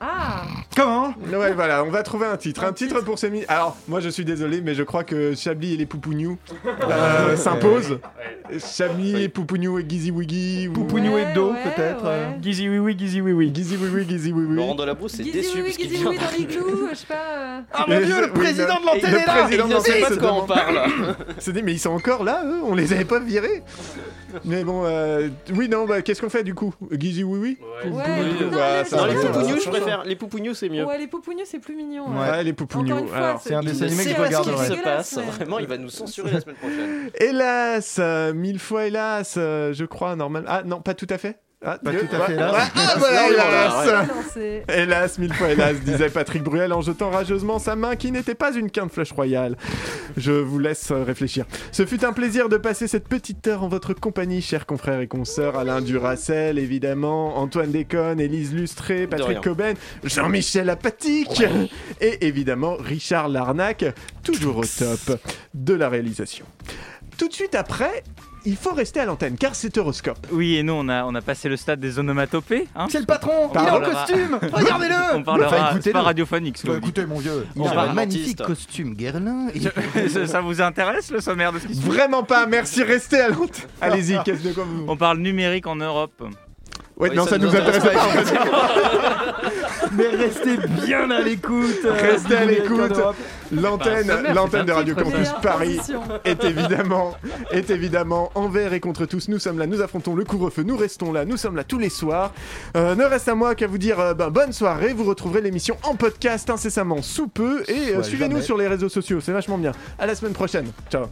Ah
Comment
Ouais, voilà, on va trouver un titre. Un,
Un
titre
titre.
pour ces mi- Alors, moi je suis désolé, mais je crois que Chablis et les Poupouniou euh, s'imposent. Chablis et Poupouniou et Gizzy Wiggy. ou-
Poupounou
Ouais,
et Do,
ouais,
peut-être.
ouais.
euh.
Gizzy oui oui, Gizzy oui oui.
Gizzy Wiggy, Gizzy Wiggy.
Laurent Delabrousse est
Guizou,
déçu
oui,
parce qu'il
Guizou,
vient.
oui, dans l'igloo, je sais pas. euh.
Ah mon
Et-
dieu,
oui,
le président de l'antenne
Et
est là
le président de l'antenne
Il
sait pas de quoi on parle.
C'est dit, mais ils sont encore là, eux On les avait pas virés Mais bon, euh, oui, non, bah, qu'est-ce qu'on fait du coup Gizzy oui oui
Ouais.
Ouais,
Poupouniou,
non,
bah,
mais
ça
Non,
va,
les
ça va.
poupounious, je préfère. Les poupounious, c'est mieux.
Ouais, les poupounions, c'est plus mignon.
Ouais,
ouais.
les
Encore
Poupouniou.
une fois,
Alors,
c'est un
Il
dessin
ne
animé que
sait
je
pas ce
regarderai.
qu'il se
Dégueulasse,
passe.
ouais.
Vraiment, il va nous censurer la semaine prochaine.
Hélas, euh, mille fois hélas, euh, je crois, normal. Ah non, pas tout à fait. Ah,
Pas
Dieu,
tout à fait
ouais.
hélas.
Ouais, ah, voilà,
Non,
hélas.
voilà,
Non, c'est-
Hélas, mille fois hélas, disait Patrick Bruel en jetant rageusement sa main qui n'était pas une quinte flèche royale. Je vous laisse euh, réfléchir. Ce fut un plaisir de passer cette petite heure en votre compagnie, chers confrères et consoeurs. Alain Duracel, évidemment, Antoine Déconne, Élise Lustré, Patrick
rien.
Coben, Jean-Michel Apatique et évidemment Richard Larnac, toujours au top de la réalisation. Tout de suite après, il faut rester à l'antenne car c'est horoscope.
Oui, et nous, on a, on a passé le stade des onomatopées. hein.
C'est le patron, il est en
Parlera.
costume Regardez-le
on
Bah,
parlera.
Enfin,
C'est pas
écoutez-le.
radiophonique, ce que
Bah,
vous dites.
Écoutez, mon vieux.
Il
On
a
va-
un magnifique
dentiste.
costume Guerlain. et-
ça, ça vous intéresse, le sommaire de ce qui se
Vraiment pas, merci, restez à l'antenne. Allez-y, qu'est-ce de quoi vous.
On parle numérique en Europe.
Ouais,
Oui,
non, ça, nous intéresse pas. en fait.
Mais restez bien à l'écoute. euh, Bah,
Restez à
du Miracle
l'écoute.
d'Europe.
L'antenne,
C'est pas un sommaire,
l'antenne de
c'est un
Radio
titre,
Campus
meilleure
Paris
transition.
est évidemment, est évidemment envers et contre tous. Nous sommes là, nous affrontons le couvre-feu, nous restons là, nous sommes là tous les soirs. Euh, ne reste à moi qu'à vous dire euh, ben, bonne soirée. Vous retrouverez l'émission en podcast incessamment sous peu et euh,
Soit
suivez-nous
jamais.
sur les réseaux sociaux, c'est vachement bien. À la semaine prochaine. Ciao.